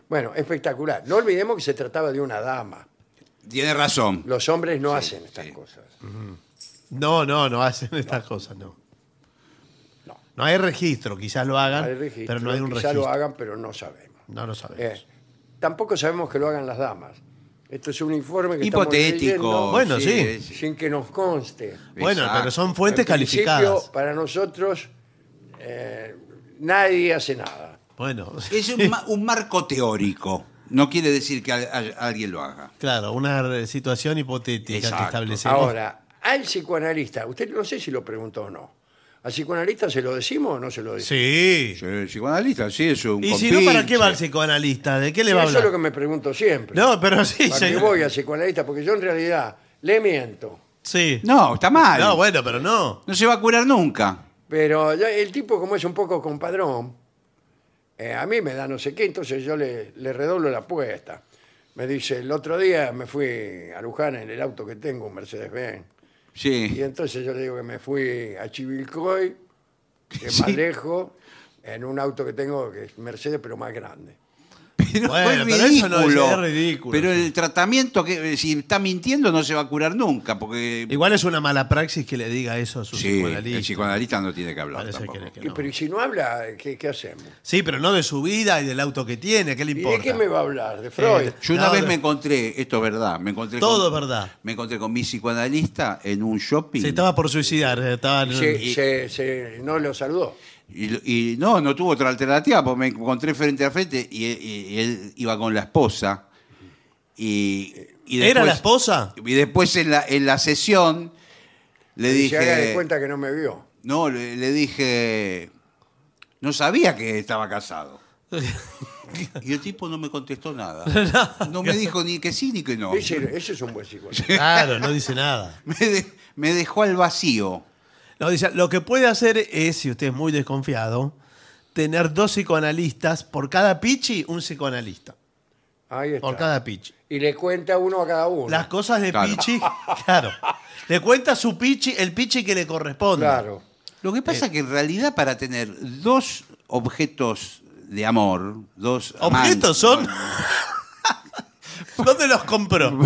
Bueno, espectacular. No olvidemos que se trataba de una dama. Tiene razón. Los hombres no hacen estas sí. cosas. No, no, no hacen estas cosas, no. No. No hay registro, quizás lo hagan, Hay registro, pero no hay un quizá registro. lo hagan, pero no sabemos. No lo sabemos. Eh, tampoco sabemos que lo hagan las damas. Esto es un informe que estamos Hipotético. leyendo Bueno, sí. es- sin que nos conste. bueno, Exacto. pero son fuentes Al principio, calificadas. Para nosotros, eh, nadie hace nada. Bueno, Es un, ma- un marco teórico. No quiere decir que al- al- alguien lo haga. claro, una eh, situación hipotética que Exacto. establecemos. Ahora, al psicoanalista, usted no sé si lo preguntó o no. ¿Al psicoanalista se lo decimos o no se lo decimos? sí. Sí, El psicoanalista, sí, es un Y si no, ¿para qué va el compinche. psicoanalista? ¿De qué le Sí, va a eso es lo hablar? que me pregunto siempre. No, pero sí, ¿Para qué señor. voy al psicoanalista? Porque yo en realidad le miento. Sí. No, está mal. No, No, bueno, pero no. se va a curar nunca. Pero ya el tipo, como es un poco compadrón, eh, a mí me da no sé qué, entonces yo le, le redoblo la apuesta. Me dice, el otro día me fui a Luján en el auto que tengo, un Mercedes-Benz. Y Sí. entonces yo le digo que me fui a Chivilcoy, que es más lejos, en un auto que tengo que es Mercedes, pero más grande. Pero Bueno, es pero eso no es- ridículo. es ridículo. Pero el tratamiento, que eh, si está mintiendo, no se va a curar nunca. Porque. Igual es una mala praxis que le diga eso a su sí, psicoanalista. el psicoanalista no tiene que hablar. Parece tampoco. que- que Y, no. Pero ¿y si no habla, ¿qué, qué hacemos? Sí, pero no de su vida y del auto que tiene, ¿qué le ¿Y importa? de qué me va a hablar? ¿De Freud? Eh, Yo una No, vez no. me encontré, esto es verdad, me encontré Todo es con, verdad. Me encontré con mi psicoanalista en un shopping. Se estaba por suicidar, eh, estaba Mm. en- Se- se- se- no lo saludó. Y, y no, no tuvo otra alternativa, porque me encontré frente a frente y, y- y él iba con la esposa. Y, y ¿Era después- la esposa? Y después en la, en la sesión le Y se haga dije. de cuenta que no me vio. No, le, le dije. No sabía que estaba casado. Y el tipo no me contestó nada. No me dijo ni que sí ni que no. Ese, ese es un buen psicoanalista. Claro, no dice nada. Me, de- me dejó al vacío. No, dice, lo que puede hacer es, si usted es muy desconfiado, tener dos psicoanalistas, por cada pichi, un psicoanalista. Ahí está. Por cada pichi. Y le cuenta uno a cada uno. Las cosas de Claro. pichi, claro. Le cuenta su pichi, el pichi que le corresponde. Claro. Lo que Eh, pasa es que en realidad para tener dos objetos de amor, dos ¿Objetos son? amantes, ¿Dónde los compró?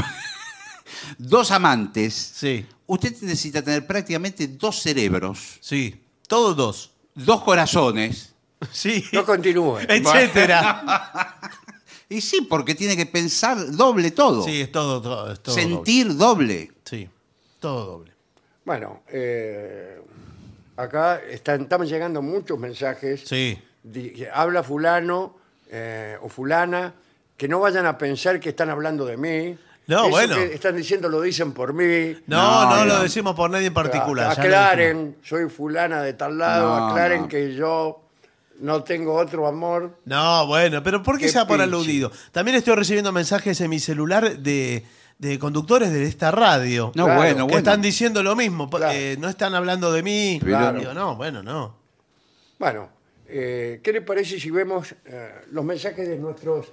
dos amantes, Sí, usted necesita tener prácticamente dos cerebros, sí. Todos dos. dos corazones. Sí. No continúe. Etcétera. Y sí, porque tiene que pensar doble todo, Sí, es todo, todo, es todo doble. sentir doble. Sí, todo doble. Bueno, eh, acá están, están llegando muchos mensajes. Sí. Di- que habla fulano eh, o fulana, que no vayan a pensar que están hablando de mí. No, Eso bueno. que están diciendo lo dicen por mí. No, no, No, lo no. decimos por nadie en particular. ya lo dijimos. Aclaren, soy fulana de tal lado, No, aclaren no. que yo no tengo otro amor. No, bueno, pero ¿por qué, Qué se da por pinche. aludido? También estoy recibiendo mensajes en mi celular de, de conductores de esta radio. No, Claro. bueno, que bueno. están diciendo lo mismo. pa- Claro. eh, no están hablando de mí. Claro. Digo, no, bueno, no. Bueno, eh, ¿qué les parece si vemos eh, los mensajes de nuestros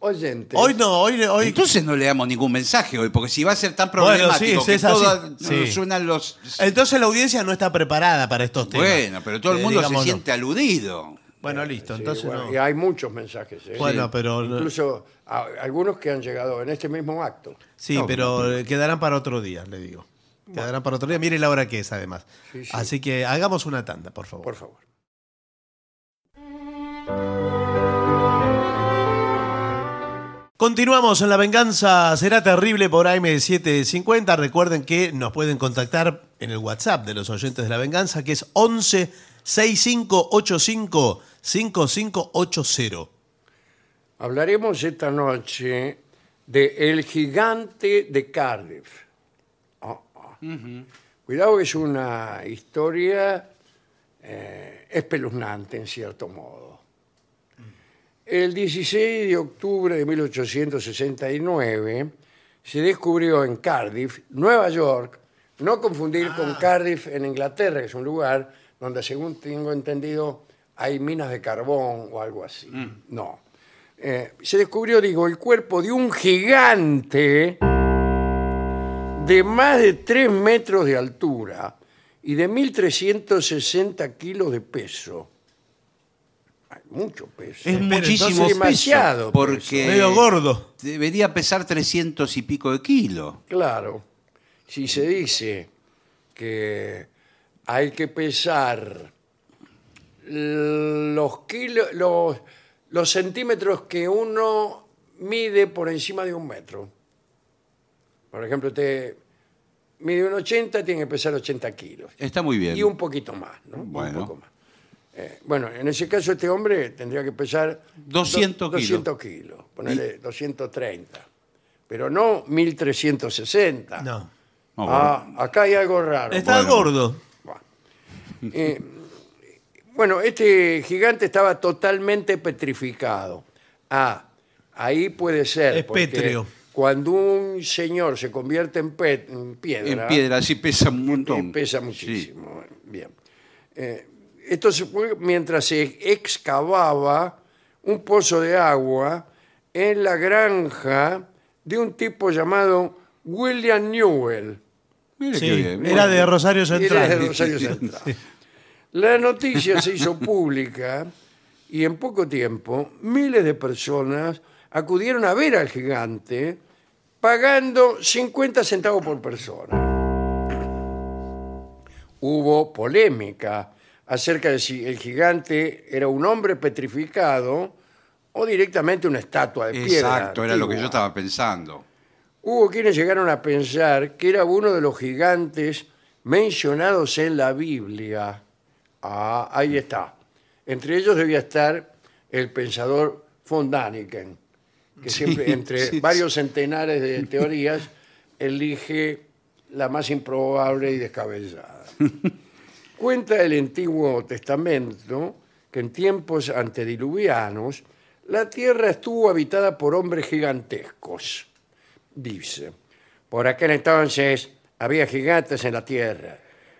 oyentes. Hoy no, hoy. hoy Entonces no le damos ningún mensaje hoy, porque si va a ser tan Bueno, problemático sí, que es así. todo- Sí. suenan los... entonces la audiencia no está preparada para estos temas. Bueno, pero todo el Eh, mundo se digámoslo. siente aludido. Bueno, listo, Sí, entonces bueno, no. Y hay muchos mensajes. ¿eh? Bueno, pero- Incluso a- algunos que han llegado en este mismo acto. Sí, pero eh, quedarán para otro día, le digo. Quedarán para otro día. Mire la hora que es, además. Sí, sí. Así que hagamos una tanda, por favor. Por favor. Continuamos en La Venganza Será Terrible por AM750. Recuerden que nos pueden contactar en el WhatsApp de los oyentes de La Venganza, que es 11 6585 5580. Hablaremos esta noche de El gigante de Cardiff. Ah, ah. Cuidado, es una historia eh, espeluznante en cierto modo. El 16 de octubre de 1869 se descubrió en Cardiff, Nueva York, no confundir con Cardiff en Inglaterra, que es un lugar donde, según tengo entendido, hay minas de carbón o algo así. No. Eh, se descubrió, digo, el cuerpo de un gigante de más de 3 metros de altura y de 1.360 kilos de peso. Hay mucho peso. Es muchísimo entonces- peso, Demasiado porque... peso. Medio gordo. Debería pesar 300 y pico de kilos. Claro, si se dice que hay que pesar los kilos, los, los centímetros que uno mide por encima de un metro. Por ejemplo, usted mide un 80, tiene que pesar 80 kilos. Está muy bien. Y un poquito más, ¿no? Bueno. Un poco más. Eh, bueno, en ese caso este hombre tendría que pesar 200 do- 200 kilos, ponele 230, pero no 1360. No. No, Ah, acá hay algo raro. Está Bueno, gordo. eh, bueno, este gigante estaba totalmente petrificado. Ah, ahí puede ser. Es porque pétreo. Cuando un señor se convierte en, pe- en en piedra, piedra, sí pesa un eh, montón. pesa Sí. muchísimo. Bien. Eh, esto se fue mientras se excavaba un pozo de agua en la granja de un tipo llamado William Newell. Mire Sí, qué bien, muy era de bien. Rosario Central. Era de Rosario Central. La noticia se hizo pública y en poco tiempo miles de personas acudieron a ver al gigante pagando 50 centavos por persona. Hubo polémica acerca de si el gigante era un hombre petrificado o directamente una estatua de piedra. Exacto, era lo que yo antigua. estaba pensando. Hubo quienes llegaron a pensar que era uno de los gigantes mencionados en la Biblia. Ah, ahí está. Entre ellos debía estar el pensador von Daniken, que siempre, entre varios centenares de teorías, elige la más improbable y descabellada. Cuenta el Antiguo Testamento que en tiempos antediluvianos la tierra estuvo habitada por hombres gigantescos. Dice, por aquel entonces había gigantes en la tierra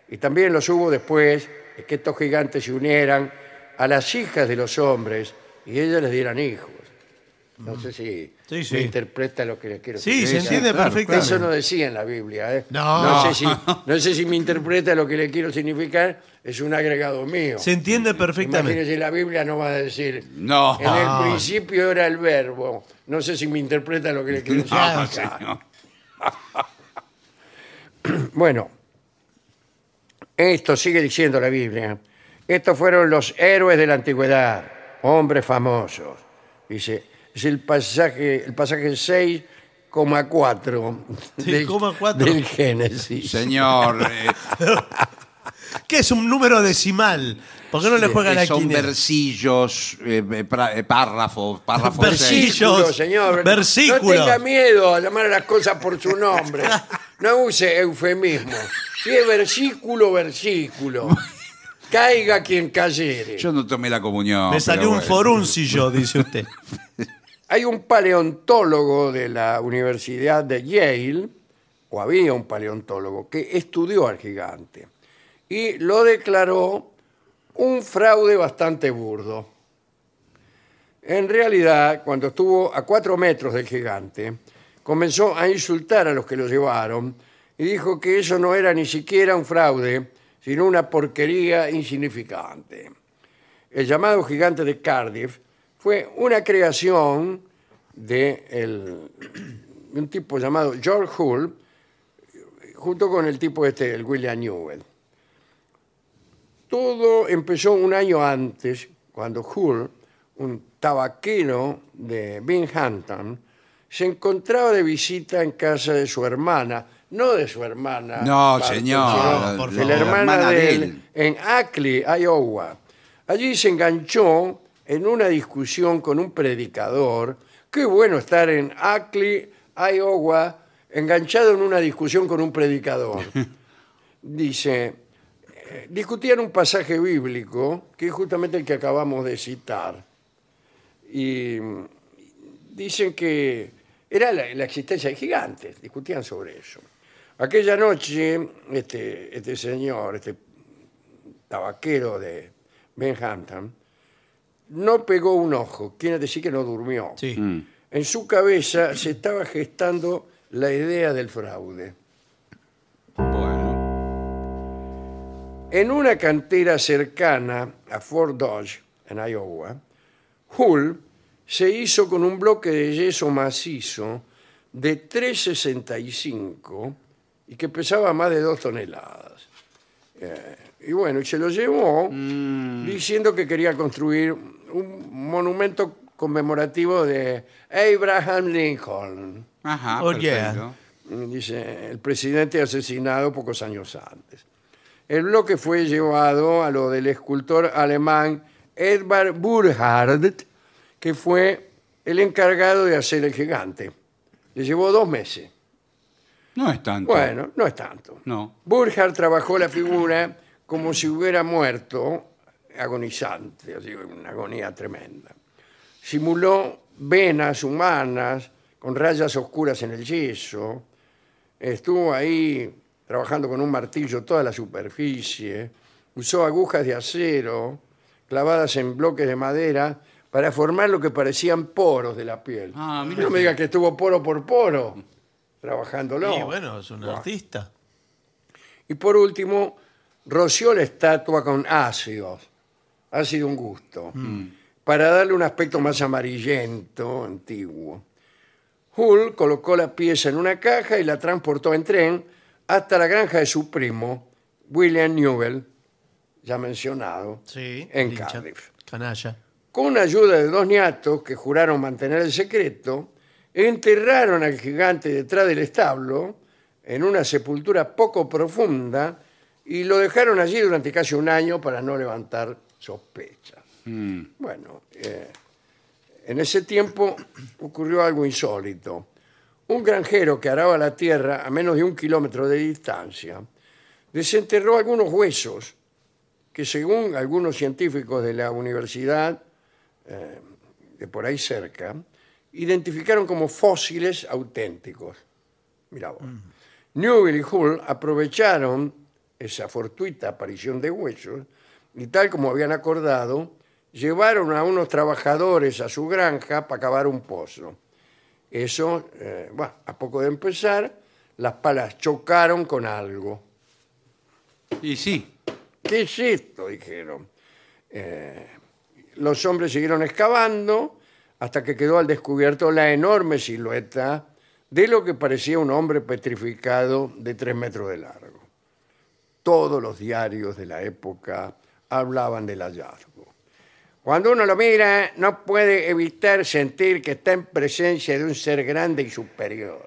y también los hubo después de que estos gigantes se unieran a las hijas de los hombres y ellas les dieran hijos. No sé si Sí, se sí. interpreta lo que le quiero Sí, decir. se entiende claro, perfectamente. Eso no decía en la Biblia. ¿eh? No. sé si, no sé si me interpreta lo que le quiero significar, es un agregado mío. Se entiende perfectamente. Imagínese, la Biblia no va a decir. No. En el principio era el verbo. No sé si me interpreta lo que le quiero No, decir. señor. Bueno, esto sigue diciendo la Biblia. Estos fueron los héroes de la antigüedad, hombres famosos. Dice, es el pasaje, el pasaje 6,4 del, 6,4. del Génesis. Señor, eh, ¿Qué es un número decimal? ¿Por qué no le juegan eh, a son quiniela? versillos, eh, eh, pra- eh, párrafos, párrafos. Versillos. Versículo, señor. Versículo. No tenga miedo a llamar a las cosas por su nombre. No use eufemismo. Si es versículo, versículo. Caiga quien cayere. seis. Yo no tomé la comunión. Me pero salió un bueno. foruncillo, dice usted. Hay un paleontólogo de la Universidad de Yale, o había un paleontólogo, que estudió al gigante y lo declaró un fraude bastante burdo. En realidad, cuando estuvo a cuatro metros del gigante, comenzó a insultar a los que lo llevaron y dijo que eso no era ni siquiera un fraude, sino una porquería insignificante. El llamado gigante de Cardiff fue una creación de el- un tipo llamado George Hull, junto con el tipo este, el William Newell. Todo empezó un año antes, cuando Hull, un tabaquero de Binghamton, se encontraba de visita en casa de su hermana, no de su hermana. No, Barton, señor, sino por de favor. la hermana, Hermana de de él, él. en Ackley, Iowa. Allí se enganchó en una discusión con un predicador. Qué bueno estar en Ackley, Iowa, enganchado en una discusión con un predicador. Dice, eh, discutían un pasaje bíblico, que es justamente el que acabamos de citar. Y mm, dicen que era la, la existencia de gigantes, discutían sobre eso. Aquella noche, este, este señor, este tabaquero de Benhampton, no pegó un ojo, quiere decir que no durmió. Sí. En su cabeza se estaba gestando la idea del fraude. Bueno. En una cantera cercana a Fort Dodge, en Iowa, Hull se hizo con un bloque de yeso macizo de 3,65 y que pesaba más de 2 toneladas. Eh, y bueno, y se lo llevó diciendo que quería construir un monumento conmemorativo de Abraham Lincoln Ajá, Oh, yeah. perfecto. dice, el presidente asesinado pocos años antes. El bloque fue llevado a lo del escultor alemán Edvard Burhard, que fue el encargado de hacer el gigante. Le llevó dos meses. No es tanto. Bueno, no es tanto. No. Burhard trabajó la figura como si hubiera muerto agonizante, así, una agonía tremenda. Simuló venas humanas con rayas oscuras en el yeso. Estuvo ahí trabajando con un martillo toda la superficie. Usó agujas de acero clavadas en bloques de madera para formar lo que parecían poros de la piel. Ah, no mira me usted. digas que estuvo poro por poro trabajándolo. Y bueno, es un Buah. artista. Y por último, roció la estatua con ácidos, ácido un gusto, Mm. para darle un aspecto más amarillento, antiguo. Hull colocó la pieza en una caja y la transportó en tren hasta la granja de su primo, William Newell, ya mencionado, Sí. en hincha. Cardiff. Canalla. Con ayuda de dos niatos que juraron mantener el secreto, enterraron al gigante detrás del establo en una sepultura poco profunda y lo dejaron allí durante casi un año para no levantar sospechas. Bueno, eh, en ese tiempo ocurrió algo insólito. Un granjero que araba la tierra a menos de un kilómetro de distancia desenterró algunos huesos que según algunos científicos de la universidad eh, de por ahí cerca, identificaron como fósiles auténticos. Mirá vos. Newell y Hull aprovecharon esa fortuita aparición de huesos y tal como habían acordado, llevaron a unos trabajadores a su granja para cavar un pozo. Eso, eh, bueno, a poco de empezar, las palas chocaron con algo. Y sí. ¿Qué es esto? dijeron. Eh, los hombres siguieron excavando hasta que quedó al descubierto la enorme silueta de lo que parecía un hombre petrificado de tres metros de largo. Todos los diarios de la época hablaban del hallazgo. Cuando uno lo mira, no puede evitar sentir que está en presencia de un ser grande y superior.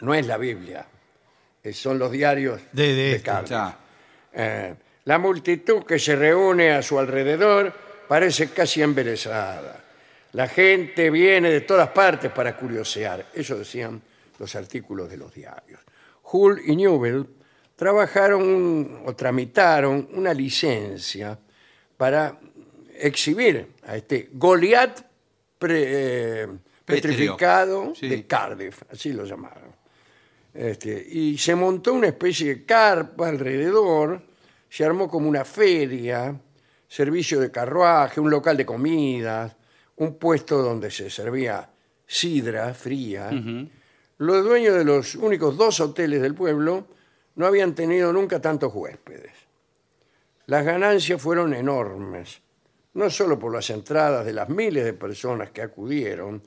No es la Biblia, eh, son los diarios De- de, de este, Carlos. Ya. Eh, la multitud que se reúne a su alrededor parece casi embelesada. La gente viene de todas partes para curiosear. Eso decían los artículos de los diarios. Hull y Newell trabajaron un- o tramitaron una licencia para exhibir a este Goliat pre- eh, Pétreo. petrificado Sí. de Cardiff, así lo llamaron. Este, y se montó una especie de carpa alrededor, se armó como una feria, servicio de carruaje, un local de comidas, un puesto donde se servía sidra fría, los dueños de los únicos dos hoteles del pueblo no habían tenido nunca tantos huéspedes. Las ganancias fueron enormes, no solo por las entradas de las miles de personas que acudieron,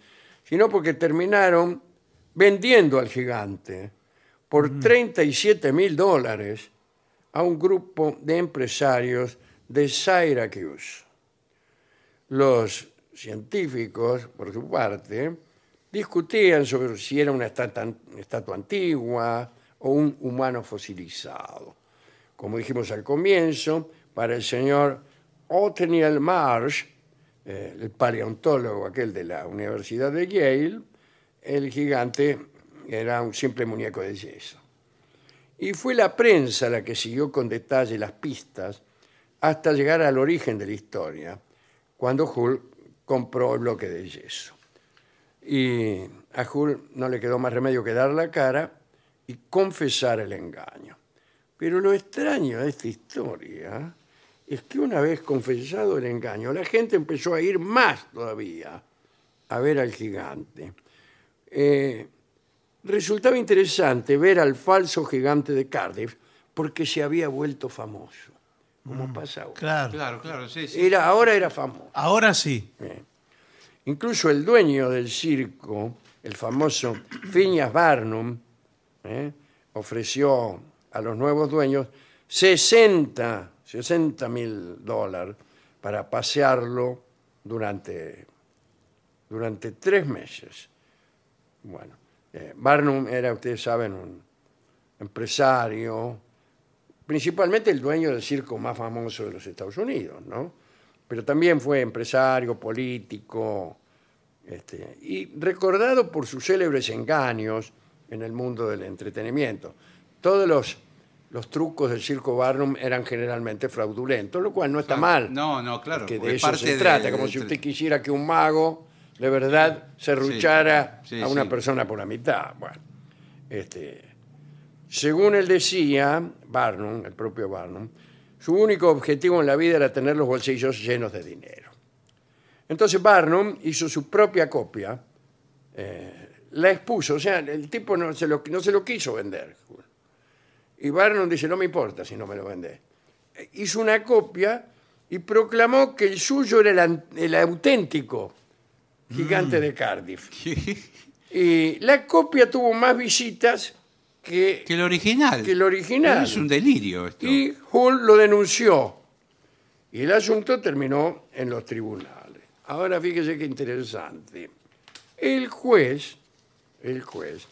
sino porque terminaron vendiendo al gigante por 37 mil dólares a un grupo de empresarios de Syracuse. Los científicos, por su parte, discutían sobre si era una estatua, estatua antigua o un humano fosilizado. Como dijimos al comienzo, para el señor Othniel Marsh, eh, el paleontólogo aquel de la Universidad de Yale, el gigante era un simple muñeco de yeso. Y fue la prensa la que siguió con detalle las pistas hasta llegar al origen de la historia, cuando Hull compró el bloque de yeso. Y a Hull no le quedó más remedio que dar la cara y confesar el engaño. Pero lo extraño de esta historia es que una vez confesado el engaño, la gente empezó a ir más todavía a ver al gigante. Eh, resultaba interesante ver al falso gigante de Cardiff porque se había vuelto famoso, como pasa ahora. Claro. Claro, claro, sí, sí. Era, ahora era famoso. Ahora sí. Incluso el dueño del circo, el famoso Phineas Barnum, ¿eh? ofreció a los nuevos dueños 60 mil dólares para pasearlo durante, durante tres meses. Bueno, eh, Barnum era, ustedes saben, un empresario, principalmente el dueño del circo más famoso de los Estados Unidos, ¿no? Pero también fue empresario, político, este, y recordado por sus célebres engaños en el mundo del entretenimiento. Todos los, los trucos del circo Barnum eran generalmente fraudulentos, lo cual no está Claro. mal. Ah, No, no, claro, porque de porque eso parte se de- trata, como del si usted entre- quisiera que un mago de verdad serruchara Sí, a una sí. persona por la mitad. Bueno, este, según él decía, Barnum, el propio Barnum, su único objetivo en la vida era tener los bolsillos llenos de dinero. Entonces Barnum hizo su propia copia, eh, la expuso, o sea, el tipo no se lo, no se lo quiso vender. Y Barnum dice, no me importa si no me lo vendés. Eh, Hizo una copia y proclamó que el suyo era el, an- el auténtico gigante de Cardiff. Y la copia tuvo más visitas que, Que el original. que el original. Es un delirio esto. Y Hull lo denunció. Y el asunto terminó en los tribunales. Ahora fíjese qué interesante. El juez, el juez,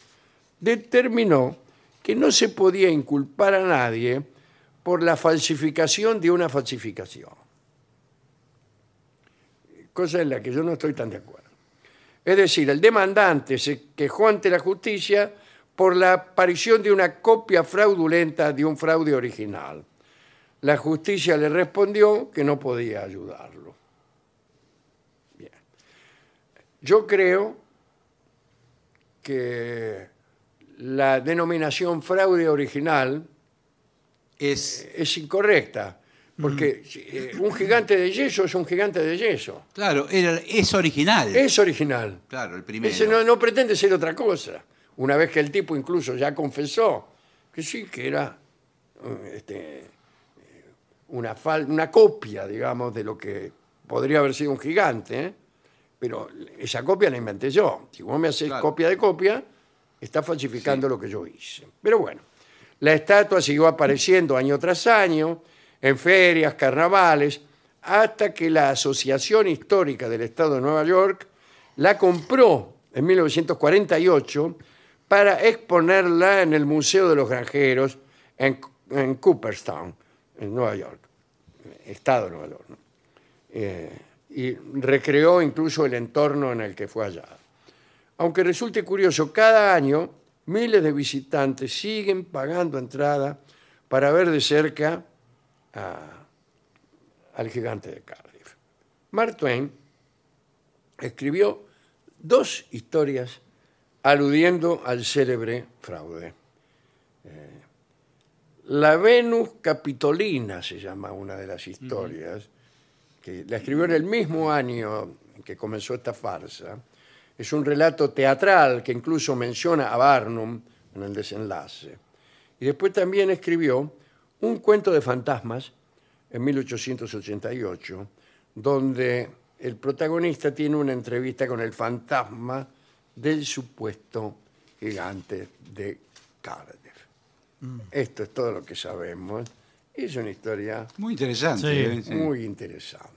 determinó que no se podía inculpar a nadie por la falsificación de una falsificación. Cosa en la que yo no estoy tan de acuerdo. Es decir, el demandante se quejó ante la justicia por la aparición de una copia fraudulenta de un fraude original. La justicia le respondió que no podía ayudarlo. Bien. Yo creo que la denominación fraude original Es, es incorrecta, porque eh, un gigante de yeso es un gigante de yeso. claro, era- es original. Es original. claro, el primero. Ese no, no pretende ser otra cosa. Una vez que el tipo incluso ya confesó que sí, que era mm, este, eh, una, fal- una copia, digamos, de lo que podría haber sido un gigante, ¿eh? pero esa copia la inventé yo. Si vos me haces Claro. copia de copia, estás falsificando lo que yo hice. Pero bueno, la estatua siguió apareciendo año tras año, en ferias, carnavales, hasta que la Asociación Histórica del Estado de Nueva York la compró en 1948 para exponerla en el Museo de los Granjeros en, en Cooperstown, en Nueva York, Estado de Nueva York. ¿no? Eh, y recreó incluso el entorno en el que fue hallada. Aunque resulte curioso, cada año miles de visitantes siguen pagando entrada para ver de cerca a- al gigante de Cardiff. Mark Twain escribió dos historias aludiendo al célebre fraude. Eh, la Venus Capitolina se llama una de las historias, que la escribió en el mismo año que comenzó esta farsa, es un relato teatral que incluso menciona a Barnum en el desenlace. Y después también escribió un cuento de fantasmas en 1888, donde el protagonista tiene una entrevista con el fantasma del supuesto gigante de Cardiff. Esto es todo lo que sabemos. Es una historia Muy interesante. Sí. ¿eh? Sí. muy interesante.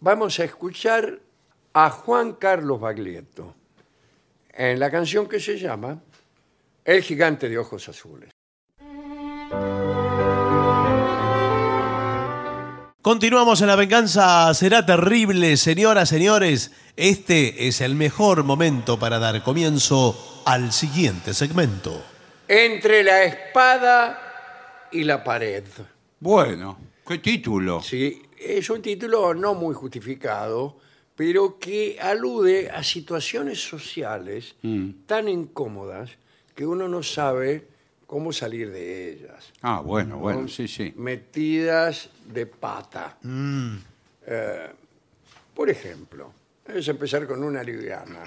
Vamos a escuchar a Juan Carlos Baglietto en la canción que se llama El gigante de ojos azules. Continuamos en la venganza. Será terrible, señoras, señores. Este es el mejor momento para dar comienzo al siguiente segmento. Entre la espada y la pared. Bueno, qué título. Sí, es un título no muy justificado, pero que alude a situaciones sociales tan incómodas que uno no sabe cómo salir de ellas. Ah, bueno, bueno, sí, sí. Mm. metidas de pata. Eh, por ejemplo, es empezar con una liviana.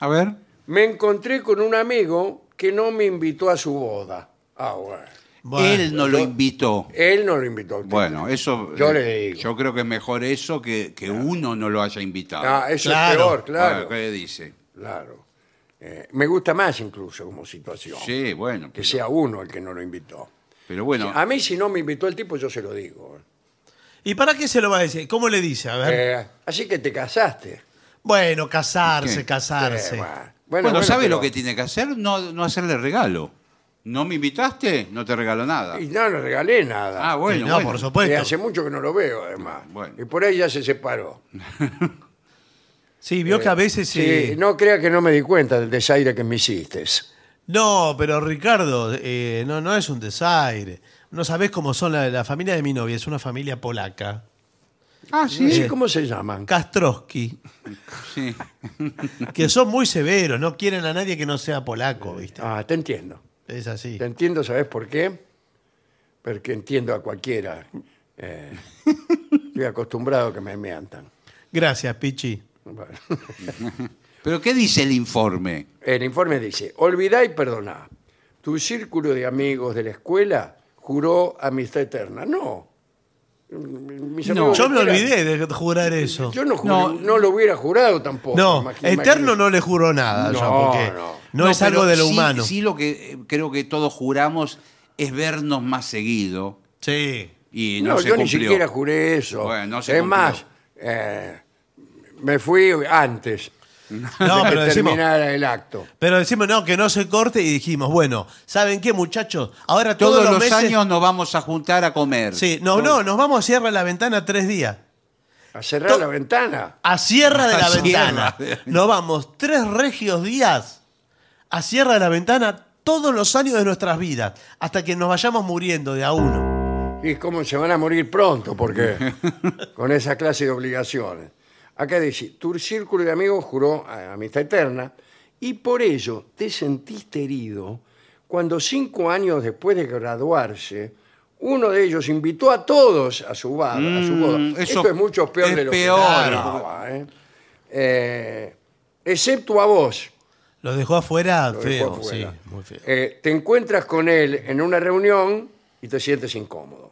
A ver. Me encontré con un amigo que no me invitó a su boda. Ah, bueno. Bueno, Él no lo yo- invitó. Él no lo invitó. a usted. Bueno, eso. Yo eh, le digo. Yo creo que es mejor eso que, que uno no lo haya invitado. Ah, eso es Claro. peor, claro. Ah, ¿Qué dice? claro. Eh, me gusta más incluso como situación. Sí, bueno. Que Pero, sea uno el que no lo invitó. pero bueno, A mí si no me invitó el tipo, yo se lo digo. ¿Y para qué se lo va a decir? ¿Cómo le dice? A ver. Eh, así que te casaste. bueno, casarse, ¿Qué? casarse. Eh, bueno, bueno, ¿sabe pero- lo que tiene que hacer? No, no hacerle regalo. ¿No me invitaste? No te regalo nada. Y no le regalé nada. Ah, bueno. no, bueno. por Y supuesto. hace mucho que no lo veo, además. Bueno. Y por ahí ya se separó. Sí, vio que a veces... eh, Sí, no crea que no me di cuenta del desaire que me hiciste. No, pero Ricardo, eh, no, no es un desaire. No sabés cómo son la, la familia de mi novia, es una familia polaca. Ah, No sí. sé cómo se llaman. Kastrowski, sí. que son muy severos, no quieren a nadie que no sea polaco, ¿viste? Ah, te entiendo. Es así. Te entiendo, ¿sabes por qué? Porque entiendo a cualquiera. Eh, estoy acostumbrado a que me mientan. Gracias, Pichi. Bueno. Pero ¿qué dice el informe? El informe dice, olvidá y perdoná. Tu círculo de amigos de la escuela juró amistad eterna. No. Mm, Mis amigos Yo de me escuela- olvidé de jurar eso. Yo no, juré- No. no lo hubiera jurado tampoco. No, imagi- eterno imagínese. no le juro nada, yo, No, porque no. no, es algo pero de lo sí- humano. Sí, lo que eh, creo que todos juramos es vernos más seguido. Sí. Y no, No, se yo ni cumplió. siquiera juré eso. Bueno, no se es cumplió. más, eh, me fui antes No, de que pero decimos, terminara el acto. pero decimos, no, que no se corte y dijimos, bueno, ¿saben qué, muchachos? Ahora todos, Todos, los, meses, años nos vamos a juntar a comer. Sí, no, no, nos vamos a cierra la ventana tres días. A cerrar To- la ventana. A cierra de la A Sierra. ventana. Nos vamos tres regios días a cierra de la ventana todos los años de nuestras vidas, hasta que nos vayamos muriendo de a uno. Y es como se van a morir pronto, porque con esa clase de obligaciones. Acá dice, tu círculo de amigos juró a- amistad eterna y por ello te sentiste herido cuando cinco años después de graduarse, uno de ellos invitó a todos a su, bar- a su boda. Mm, eso Esto es mucho peor es de lo peor. que esperaba, ¿eh? Eh, excepto a vos. Lo dejó afuera lo feo, dejó afuera. sí, muy feo. Eh, te encuentras con él en una reunión y te sientes incómodo.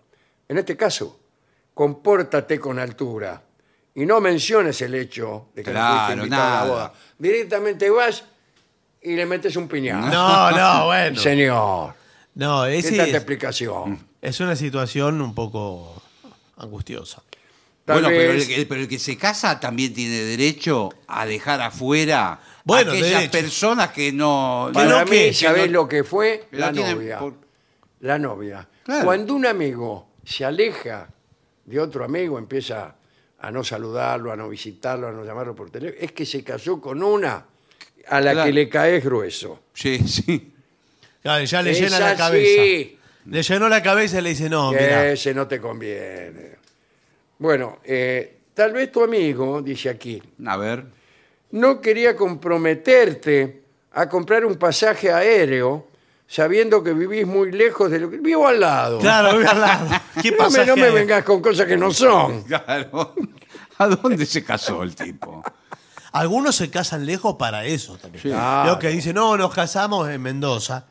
En este caso, compórtate con altura y no menciones el hecho de que no fuiste Claro, invitado a la nada. boda. Directamente vas y le metes un piñazo. No, no, bueno. Señor, No, ¿qué es, tanta es- explicación? es una situación un poco angustiosa. Tal bueno, pero el, vez- que- pero el que se casa también tiene derecho a dejar afuera Bueno, aquellas derecho. personas que no. Que Para no, mí, que- ¿sabés que no- lo que fue? que no La tienen novia. por- La novia. Claro. Cuando un amigo se aleja de otro amigo, empieza a no saludarlo, a no visitarlo, a no llamarlo por teléfono, es que se casó con una a la Claro. que le caes grueso. Sí, sí. Claro, ya le Es llena la así. cabeza. Le llenó la cabeza y le dice, no, mira. Ese no te conviene. Bueno, eh, tal vez tu amigo, dice aquí, A ver. no quería comprometerte a comprar un pasaje aéreo sabiendo que vivís muy lejos de lo que... Vivo al lado. Claro, voy al lado. ¿Qué no pasa? me, no me vengas con cosas que no son. Claro. ¿A dónde se casó el tipo? Algunos se casan lejos para eso también. Sí. Veo que dicen, no, nos casamos en Mendoza.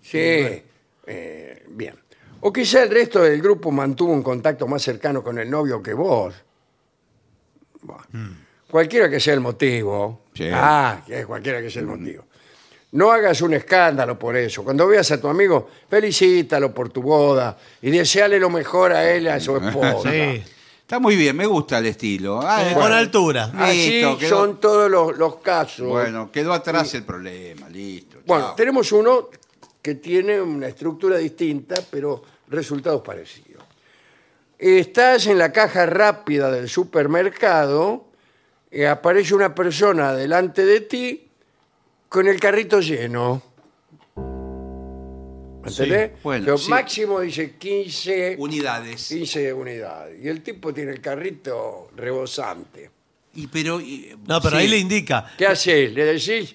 Sí, eh, bien. O quizá el resto del grupo mantuvo un contacto más cercano con el novio que vos. Bueno, Cualquiera que sea el motivo. Hmm. Sí. Ah, que cualquiera que sea el motivo. No hagas un escándalo por eso. Cuando veas a tu amigo, felicítalo por tu boda y deseale lo mejor a él y a su esposa. Sí. Está muy bien, me gusta el estilo. Ah, Eh, bueno. Con altura. Así Listo, quedó- son todos los, los casos. Bueno, quedó atrás el problema, listo. Bueno, chao. tenemos uno que tiene una estructura distinta, pero resultados parecidos. Estás en la caja rápida del supermercado, eh, aparece una persona delante de ti con el carrito lleno. ¿Entendés? bueno, Lo sí. máximo dice 15, Unidades. 15 unidades. Y el tipo tiene el carrito rebosante. Y pero. y- No, pero sí, ahí le indica. ¿Qué haces? Le decís,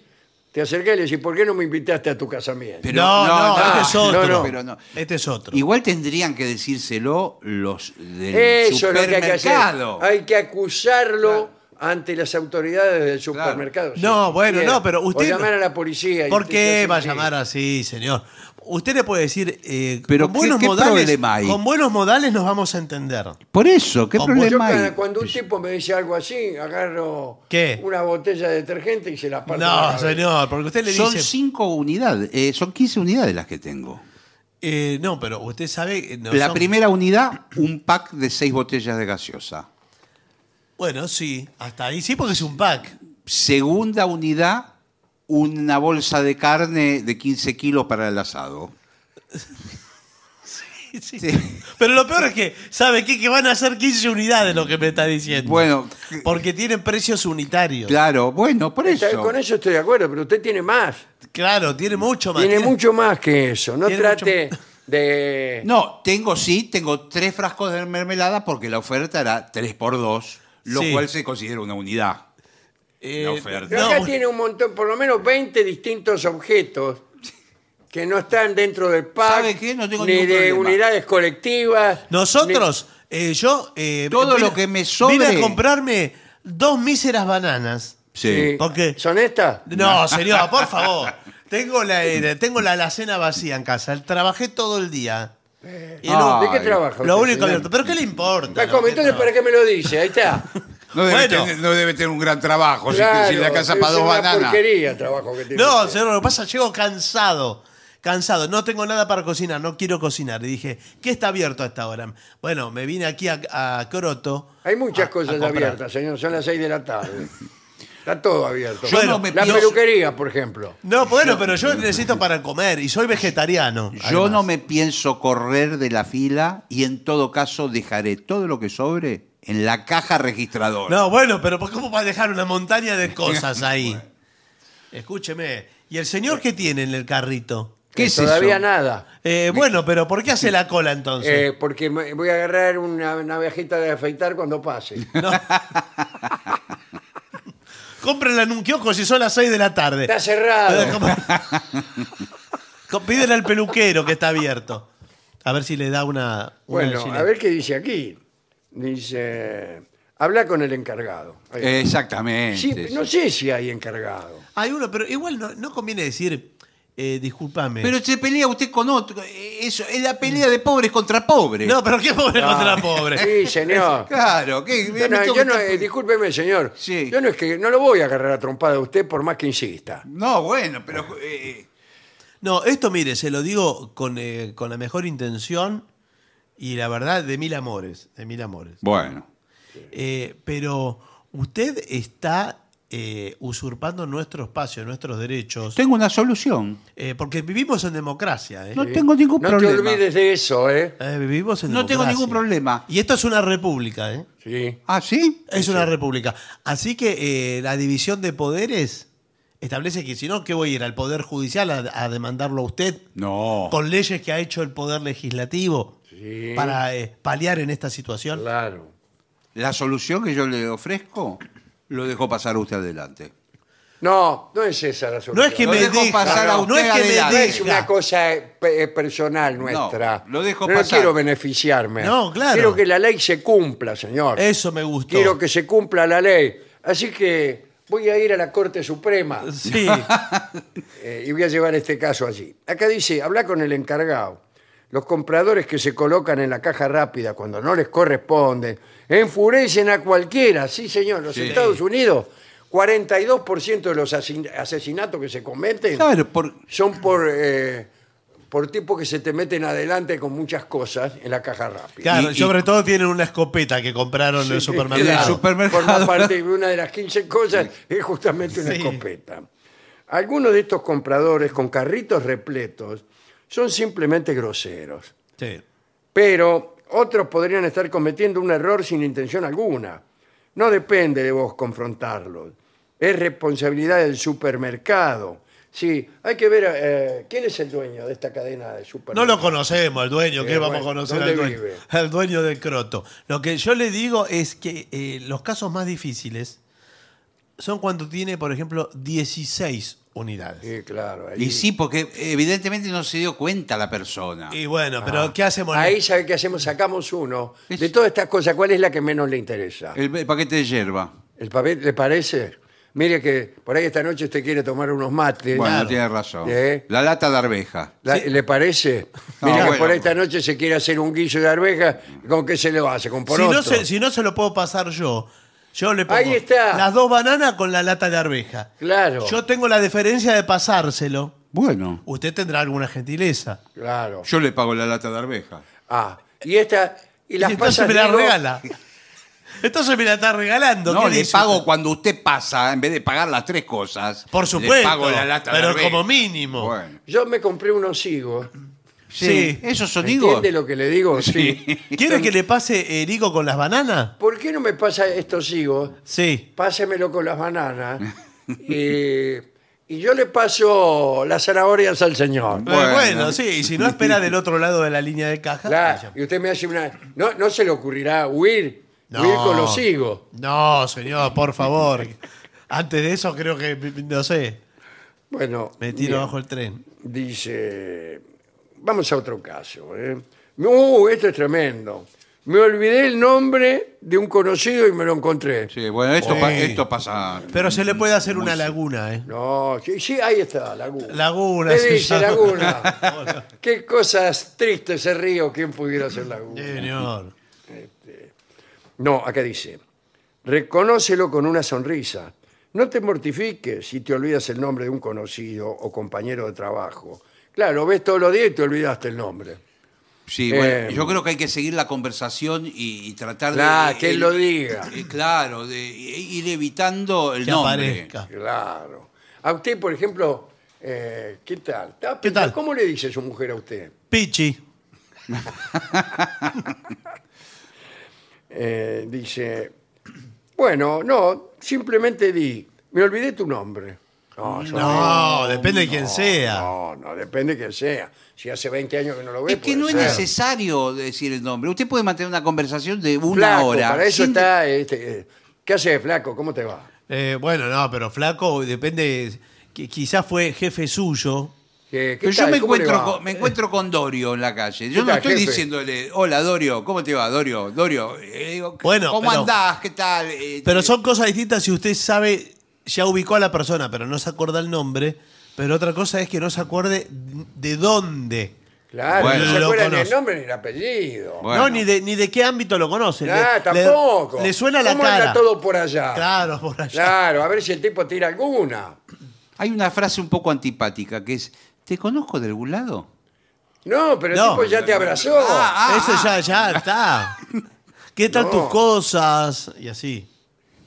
te acercás y le decís, ¿por qué no me invitaste a tu casamiento? Pero- No, no, no, este es no, otro. no. Pero no. Este es otro. Igual tendrían que decírselo los del Eso es lo que hay que hacer. supermercado. Hay que acusarlo ante las autoridades del Claro. supermercado. si No, se bueno, quiere. no, pero usted O no- llamar a la policía. y ¿Por usted qué hace va a así. llamar así, señor? Usted le puede decir, eh, Pero con ¿qué- buenos qué modales, problema hay? con buenos modales nos vamos a entender. Por eso, ¿qué Con Yo problema cada- hay? cuando un tipo me dice algo así, agarro ¿Qué? una botella de detergente y se la parto. en la No, cabeza. señor, porque usted le Son dice, cinco unidades, eh, son 15 unidades las que tengo. eh, no, pero usted sabe, que no La son- primera unidad, un pack de seis botellas de gaseosa. bueno, sí, hasta ahí sí, porque es un pack. Segunda unidad, una bolsa de carne de 15 kilos para el asado. Sí. Sí. Pero lo peor es que, ¿sabe qué? Que van a ser 15 unidades lo que me está diciendo. Bueno, Porque tienen precios unitarios. Claro, claro, bueno, por Está- eso. Con eso estoy de acuerdo, pero usted tiene más. tiene mucho más. Eh, tiene mucho más que eso. No tiene trate de. No, tengo sí, tengo tres frascos de mermelada porque la oferta era 3 por 2 lo Sí. cual se considera una unidad. la oferta. Pero acá eh, no, tiene un montón, por lo menos 20 distintos objetos que no están dentro del pack, ¿Sabe qué? No tengo ni de ningún problema. unidades colectivas. Nosotros, eh, yo... eh, Todo vine- lo que me sobre- Vine a comprarme dos míseras bananas. ni- Sí. sí. ¿Por qué? ¿Son estas? No, señor, por favor. Tengo la, eh, tengo la alacena vacía en casa. Trabajé todo el día. Y Ah, ¿De qué Ay, trabaja? lo usted, único señor? abierto. ¿Pero qué le importa? La come, entonces, ¿para qué me lo dice? Ahí está. No debe, Bueno. tener, no debe tener un gran trabajo si- Claro, si, la casa es para dos una bananas. porquería el trabajo que tiene. No, usted. señor, lo que pasa, llego cansado. Cansado, no tengo nada para cocinar, no quiero cocinar. Y dije, ¿qué está abierto hasta ahora? Bueno, me vine aquí a, a Croto. Hay muchas Ah, a- a cosas comprar. abiertas, señor. Son las 6 de la tarde. Está todo abierto. Yo no me la pienso- peluquería, por ejemplo. No, pues bueno, pero yo necesito para comer y soy vegetariano. Yo además. no me pienso correr de la fila y en todo caso dejaré todo lo que sobre en la caja registradora. No, bueno, pero ¿cómo va a dejar una montaña de cosas ahí? Escúcheme. ¿Y el señor qué tiene en el carrito? ¿Qué es Todavía eso? nada. Eh, bueno, pero ¿por qué hace la cola entonces? Eh, porque me- voy a agarrar una navajita de afeitar cuando pase. No. Cómprenla en un kiosco si son las 6 de la tarde. Está cerrado. Co- Pídele al peluquero que está abierto. A ver si le da una. una Bueno, gilet. a ver qué dice aquí. Dice, habla con el encargado. Ahí. Exactamente. Sí, no sé si hay encargado. Hay uno, pero igual no, no conviene decir, eh, discúlpame. Pero se pelea usted con otro. eh, Eso es la pelea de pobres contra pobres. no, pero qué pobre contra pobre. Ah. Sí, señor. Claro, ¿qué? No, no, Me tengo yo que no, estar- eh, discúlpeme, señor. Sí. Yo no es que no lo voy a agarrar a trompada a usted por más que insista. No, bueno, pero eh, No, esto mire, se lo digo con, eh, con la mejor intención y la verdad de mil amores. De mil amores. bueno. Eh, pero usted está eh, usurpando nuestro espacio, nuestros derechos. Tengo una solución. eh, porque vivimos en democracia. ¿eh? No tengo ningún no te problema. olvides de eso, ¿eh? Eh, vivimos en No tengo democracia. ningún problema. Y esto es una república, ¿eh? Sí. ¿Ah, sí? Es una república. Así que eh, la división de poderes establece que si no, ¿qué voy a ir al Poder Judicial a, a demandarlo a usted No. con leyes que ha hecho el Poder Legislativo Sí. para eh, paliar en esta situación? Claro. La solución que yo le ofrezco lo dejo pasar a usted adelante. No, no es esa la solución. No es que Lo me dejo deja, pasar a no, usted no es que me adelante. No es una deja. cosa eh, pe- eh, personal nuestra. lo dejo no pasar. quiero beneficiarme. No, claro. Quiero que la ley se cumpla, señor. Eso me gustó. Quiero que se cumpla la ley. Así que voy a ir a la Corte Suprema Sí, eh, y voy a llevar este caso allí. Acá dice, habla con el encargado. Los compradores que se colocan en la caja rápida cuando no les corresponde enfurecen a cualquiera. Sí, señor. Los Sí. Estados Unidos, 42% de los asin- asesinatos que se cometen Claro, por- son por, eh, por tipos que se te meten adelante con muchas cosas en la caja rápida. claro. Y- y- sobre todo tienen una escopeta que compraron en el supermercado. en el super- supermercado. Forma parte de una de las 15 cosas, es justamente una Sí. escopeta. Algunos de estos compradores con carritos repletos son simplemente groseros, Sí. pero otros podrían estar cometiendo un error sin intención alguna. No depende de vos confrontarlos, es responsabilidad del supermercado. Sí, hay que ver eh, quién es el dueño de esta cadena de No supermercados. lo conocemos al dueño, Eh, ¿qué vamos bueno, a conocer ¿dónde al dueño? vive? Al dueño del croto. Lo que yo le digo es que eh, los casos más difíciles son cuando tiene, por ejemplo, 16 unidades. Sí, claro. ahí- Y sí, porque evidentemente no se dio cuenta la persona. Y bueno, pero ¿qué hacemos? Ah. Ahí sabe qué hacemos, sacamos uno. Es- De todas estas cosas, ¿cuál es la que menos le interesa? El, el paquete de hierba. ¿El papel le parece? Mire que por ahí esta noche usted quiere tomar unos mates. Bueno, Claro. tiene razón. ¿Eh? La lata de arveja. La- ¿Le parece? No, Mire que bueno, por ahí esta noche se quiere hacer un guiso de arveja. ¿Con qué se lo hace? ¿Con Si poroto? no, se, si no se lo puedo pasar yo, yo le pongo Ahí está. las dos bananas con la lata de arveja. Claro, Yo tengo la deferencia de pasárselo. Bueno. Usted tendrá alguna gentileza. claro. Yo le pago la lata de arveja. Ah, y esta... Y las Y entonces pasas me la Diego, regala. Entonces me la está regalando. No, ¿Qué le dice pago usted? cuando usted pasa, en vez de pagar las tres cosas. Por le supuesto. pago la lata de pero arveja. como mínimo. Bueno. Yo me compré unos higos. Sí, Sí. esos son higos. ¿Entiende lo que le digo? Sí. ¿Quiere que le pase el higo con las bananas? ¿Por qué no me pasa estos higos? Sí. Pásemelo con las bananas. y, y yo le paso las zanahorias al señor. Eh, Bueno, Bueno. sí. Y si no espera del otro lado de la línea de caja. Claro, y usted me hace una. No, no se le ocurrirá huir, huir con los higos. No, señor, por favor. Antes de eso creo que, no sé, Bueno, me tiro bien, bajo el tren. dice. Vamos a otro caso. ¿eh? Uh, esto es tremendo. Me olvidé el nombre de un conocido y me lo encontré. Sí, bueno, esto, pa- Sí. esto pasa. Pero se le puede hacer una laguna, ¿eh? No, sí, sí, ahí está, Laguna. Laguna, ¿Qué se dice llama. Laguna? Qué cosas tristes ese río, ¿quién pudiera ser Laguna? ¿eh? Señor. No, acá dice, reconócelo con una sonrisa. No te mortifiques si te olvidas el nombre de un conocido o compañero de trabajo. Claro, lo ves todos los días y te olvidaste el nombre. Sí, bueno, Eh, yo creo que hay que seguir la conversación y, y tratar de. Claro, que él el- lo diga. eh, Claro, de i- ir evitando el Que nombre. aparezca. Claro. A usted, por ejemplo, eh, ¿qué tal? Estaba ¿Qué tal? pensando, ¿Cómo le dice su mujer a usted? Pichi. Eh, dice, bueno, no, simplemente di, me olvidé tu nombre. No, yo No, depende de quién sea. No, no, depende que sea. Si hace 20 años que no lo ves. Es puede que no es ser. necesario decir el nombre. Usted puede mantener una conversación de una Flaco, hora. Para eso sin- está. este, eh, ¿Qué hace, Flaco? ¿Cómo te va? Eh, bueno, no, pero flaco, depende. qui- Quizás fue jefe suyo. ¿Qué- qué Pero yo tal? me ¿Cómo le encuentro, va? Eh. con, me encuentro con Dorio en la calle. ¿Qué Yo no tal, estoy jefe? diciéndole, hola Dorio, ¿cómo te va, Dorio? Dorio, eh, digo, Bueno, ¿cómo pero- andás? ¿Qué tal? Eh, Pero eh, son cosas distintas si usted sabe, ya ubicó a la persona, pero no se acuerda el nombre. Pero otra cosa es que no se acuerde de dónde. Claro, Bueno, no se lo acuerdan ni el conozco. nombre ni el apellido. Bueno. No, ni de, ni de qué ámbito lo conoce. Le- Claro, le, tampoco. Le, suena la ¿Cómo cara. anda todo por allá? Claro, por allá. Claro, a ver si el tipo tira alguna. Hay una frase un poco antipática que es, ¿te conozco de algún lado? No, pero el No. Ah, tipo ya te abrazó. Eso ya, ya está. ¿Qué tal ah. No. tus cosas? Y así.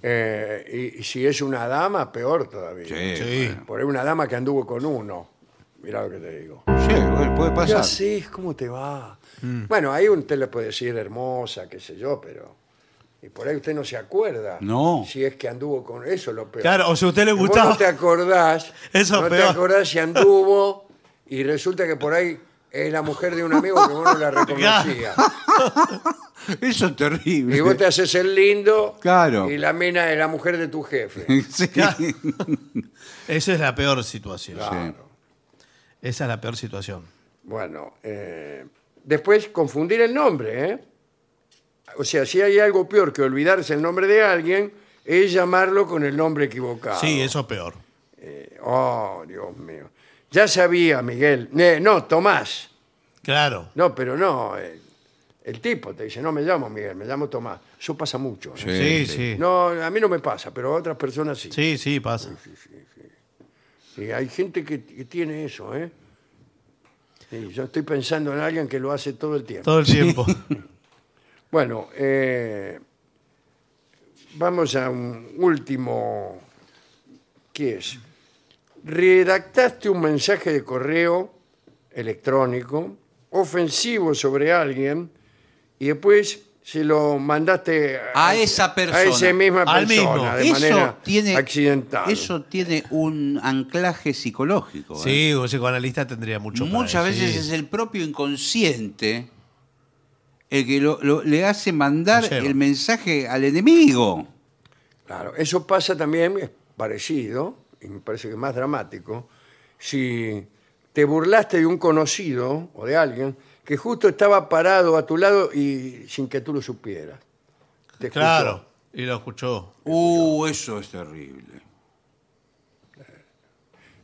Eh, y, y si es una dama, peor todavía. Sí. Por ahí una dama que anduvo con uno. Mirá lo que te digo. bueno, sí, bueno, puede ¿Qué pasar. haces? ¿Cómo te va? Mm. Bueno, ahí usted le puede decir hermosa, qué sé yo, pero. Y por ahí usted no se acuerda. No. Si es que anduvo con. Eso es lo peor. Claro, o si a usted le Vos gustaba. no te acordás. Eso es no te peor. acordás si anduvo y resulta que por ahí es la mujer de un amigo que uno la reconocía. Eso es terrible. Y vos te haces el lindo. Claro. Y la mina es la mujer de tu jefe. Sí. Esa es la peor situación. Claro. Esa es la peor situación. Bueno, eh, después confundir el nombre, ¿eh? O sea, si hay algo peor que olvidarse el nombre de alguien, es llamarlo con el nombre equivocado. Sí, eso es peor. Oh, Dios mío. Ya sabía, Miguel. Eh, no, Tomás. Claro. No, pero no. El, el tipo te dice, no me llamo Miguel, me llamo Tomás. Eso pasa mucho. ¿no? Sí, sí. No, a mí no me pasa, pero a otras personas sí. Sí, sí, pasa. Sí, hay gente que, que tiene eso, ¿eh? Sí, yo estoy pensando en alguien que lo hace todo el tiempo. Todo el tiempo. Bueno, eh, vamos a un último. ¿Qué es? Redactaste un mensaje de correo electrónico ofensivo sobre alguien y después se lo mandaste A esa a persona. esa misma Al mismo. persona de Eso manera tiene, accidental. eso tiene un anclaje psicológico. ¿eh? Sí, un psicoanalista tendría mucho para Muchas decir. veces es el propio inconsciente el que lo- lo- le hace mandar Lo lleva. el mensaje al enemigo. Claro, eso pasa también, es parecido, y me parece que más dramático, si te burlaste de un conocido o de alguien que justo estaba parado a tu lado y sin que tú lo supieras. Te escuchó. Claro. Y lo escuchó. Uh, eso es terrible.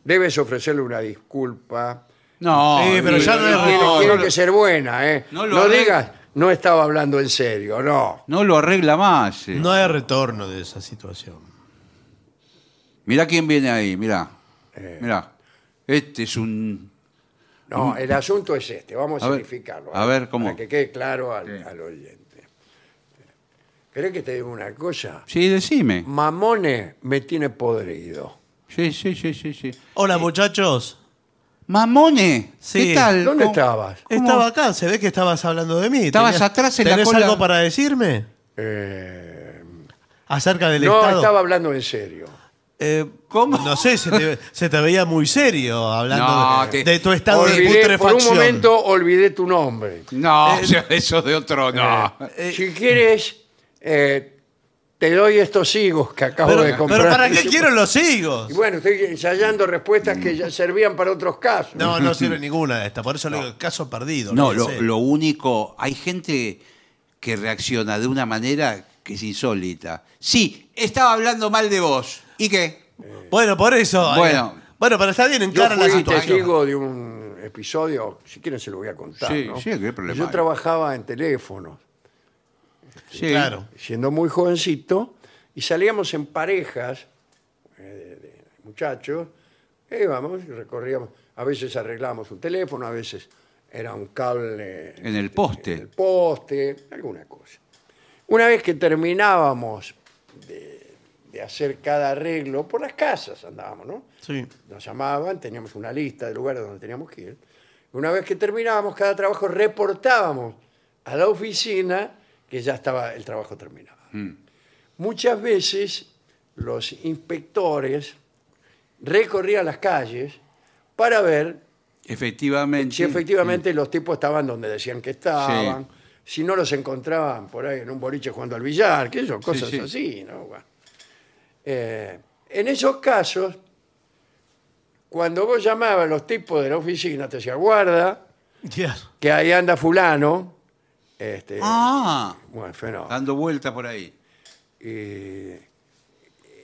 Debes ofrecerle una disculpa. No, Sí, pero ya no es Tiene, No, tiene no que ser buena, ¿eh? No, no lo arregl- digas, no estaba hablando en serio, no. no lo arregla más. eh. No hay retorno de esa situación. Mirá quién viene ahí, mirá. Eh. Mirá. Este es un. Mm. No, el asunto es este, vamos a, A ver, simplificarlo. a ver, ¿cómo? Para que quede claro al, al oyente. ¿Querés que te diga una cosa? Sí, decime. Mamone me tiene podrido. Sí, sí, sí, sí. sí. Hola, muchachos. Mamone, Sí. ¿qué tal? ¿Dónde ¿Cómo- estabas? ¿Cómo? Estaba acá, se ve que estabas hablando de mí. Estabas atrás en la ¿Tenés cola. algo para decirme? Eh, Acerca del no, Estado. estaba hablando en serio. Eh, No sé, se te, se te veía muy serio hablando No, de, te- de tu estado de Olvidé- por putrefacción. un momento olvidé tu nombre. Eh, Eh, No, o sea, eso de otro, no. Eh, si quieres, eh, te doy estos higos que acabo pero, de comprar. pero ¿para qué quiero los higos? Y bueno, estoy ensayando respuestas que ya servían para otros casos. No, no sirve ninguna de estas. Por eso lo digo, caso perdido. No, lo lo, sé. lo único, hay gente que reacciona de una manera que es insólita. Sí, estaba hablando mal de vos. ¿Y qué? Bueno, por eso. eh, Bueno. bueno, pero está bien Yo encara la fui situación. testigo de un episodio, si quieren se lo voy a contar. Sí, ¿no? sí, qué problema Yo hay. trabajaba en teléfono. Sí. Este, Claro. siendo muy jovencito, y salíamos en parejas, eh, de, de muchachos, e íbamos y recorríamos. A veces arreglábamos un teléfono, a veces era un cable este, En el poste. en el poste, alguna cosa. Una vez que terminábamos de, de hacer cada arreglo, por las casas andábamos, ¿no? Sí. Nos llamaban, teníamos una lista de lugares donde teníamos que ir. Una vez que terminábamos cada trabajo, reportábamos a la oficina que ya estaba el trabajo terminado. Muchas veces los inspectores recorrían las calles para ver Efectivamente. si efectivamente los tipos estaban donde decían que estaban, si no los encontraban por ahí en un boliche jugando al billar, que eso, cosas sí. así, ¿no? Bueno. Eh, en esos casos, cuando vos llamabas a los tipos de la oficina, te decía, guarda, Ya. que ahí anda fulano. Este, Ah, bueno, fenómeno. dando vueltas por ahí. Eh,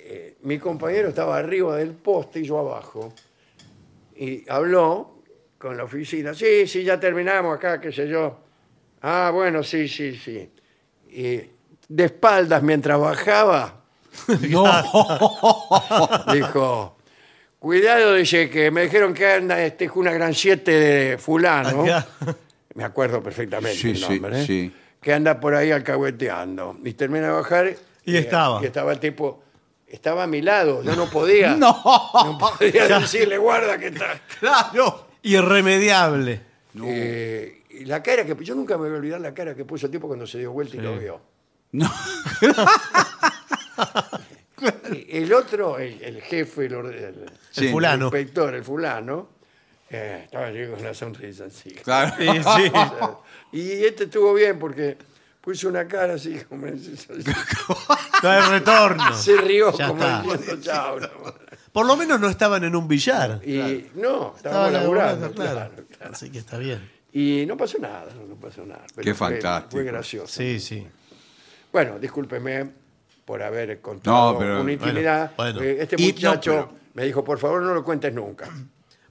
eh, mi compañero estaba arriba del poste y yo abajo. Y habló con la oficina. Sí, sí, ya terminamos acá, qué sé yo. Ah, bueno, sí, sí, sí. Y de espaldas mientras bajaba, dijo, cuidado, dice que me dijeron que anda este, una gran 7 de fulano. Acá. Me acuerdo perfectamente Sí, el sí, nombre. ¿eh? sí. Que anda por ahí alcahueteando. Y termina de bajar. eh, Y estaba. Y estaba el tipo. Estaba a mi lado, yo no podía. no. podía decirle, guarda que está. Claro. Irremediable. Eh, y la cara que. Yo nunca me voy a olvidar la cara que puso el tipo cuando se dio vuelta y lo vio. No. el otro, el, el jefe, el, orde- el- El fulano. inspector, el fulano, Eh, estaba allí con una sonrisa así. Claro. Sí, sí. Y este estuvo bien porque puso una cara así como... No hay retorno. Se rió Ah, Ya como está. diciendo chao. no". Por lo menos no estaban en un billar. Y no, Estaban estábamos laburando, laburando, claro, claro. Así que está bien. Y no pasó nada, no pasó nada. pero Qué fue- fantástico. Fue gracioso. Sí, sí. Bueno, discúlpeme por haber contado No, pero- una intimidad. bueno, bueno. Eh, Este Y- no, muchacho pero- me dijo, por favor, no lo cuentes nunca.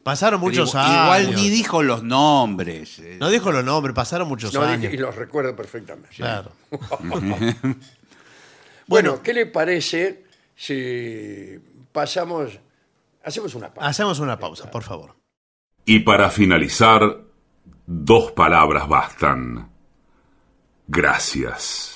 Pasaron Pero muchos igual, años. igual ni dijo los nombres. eh. No dijo los nombres, pasaron muchos No, años. dije- y los recuerdo perfectamente. Claro. Bueno, ¿qué le parece si pasamos, hacemos una pausa? Hacemos una pausa, por favor. Y para finalizar, dos palabras bastan. Gracias.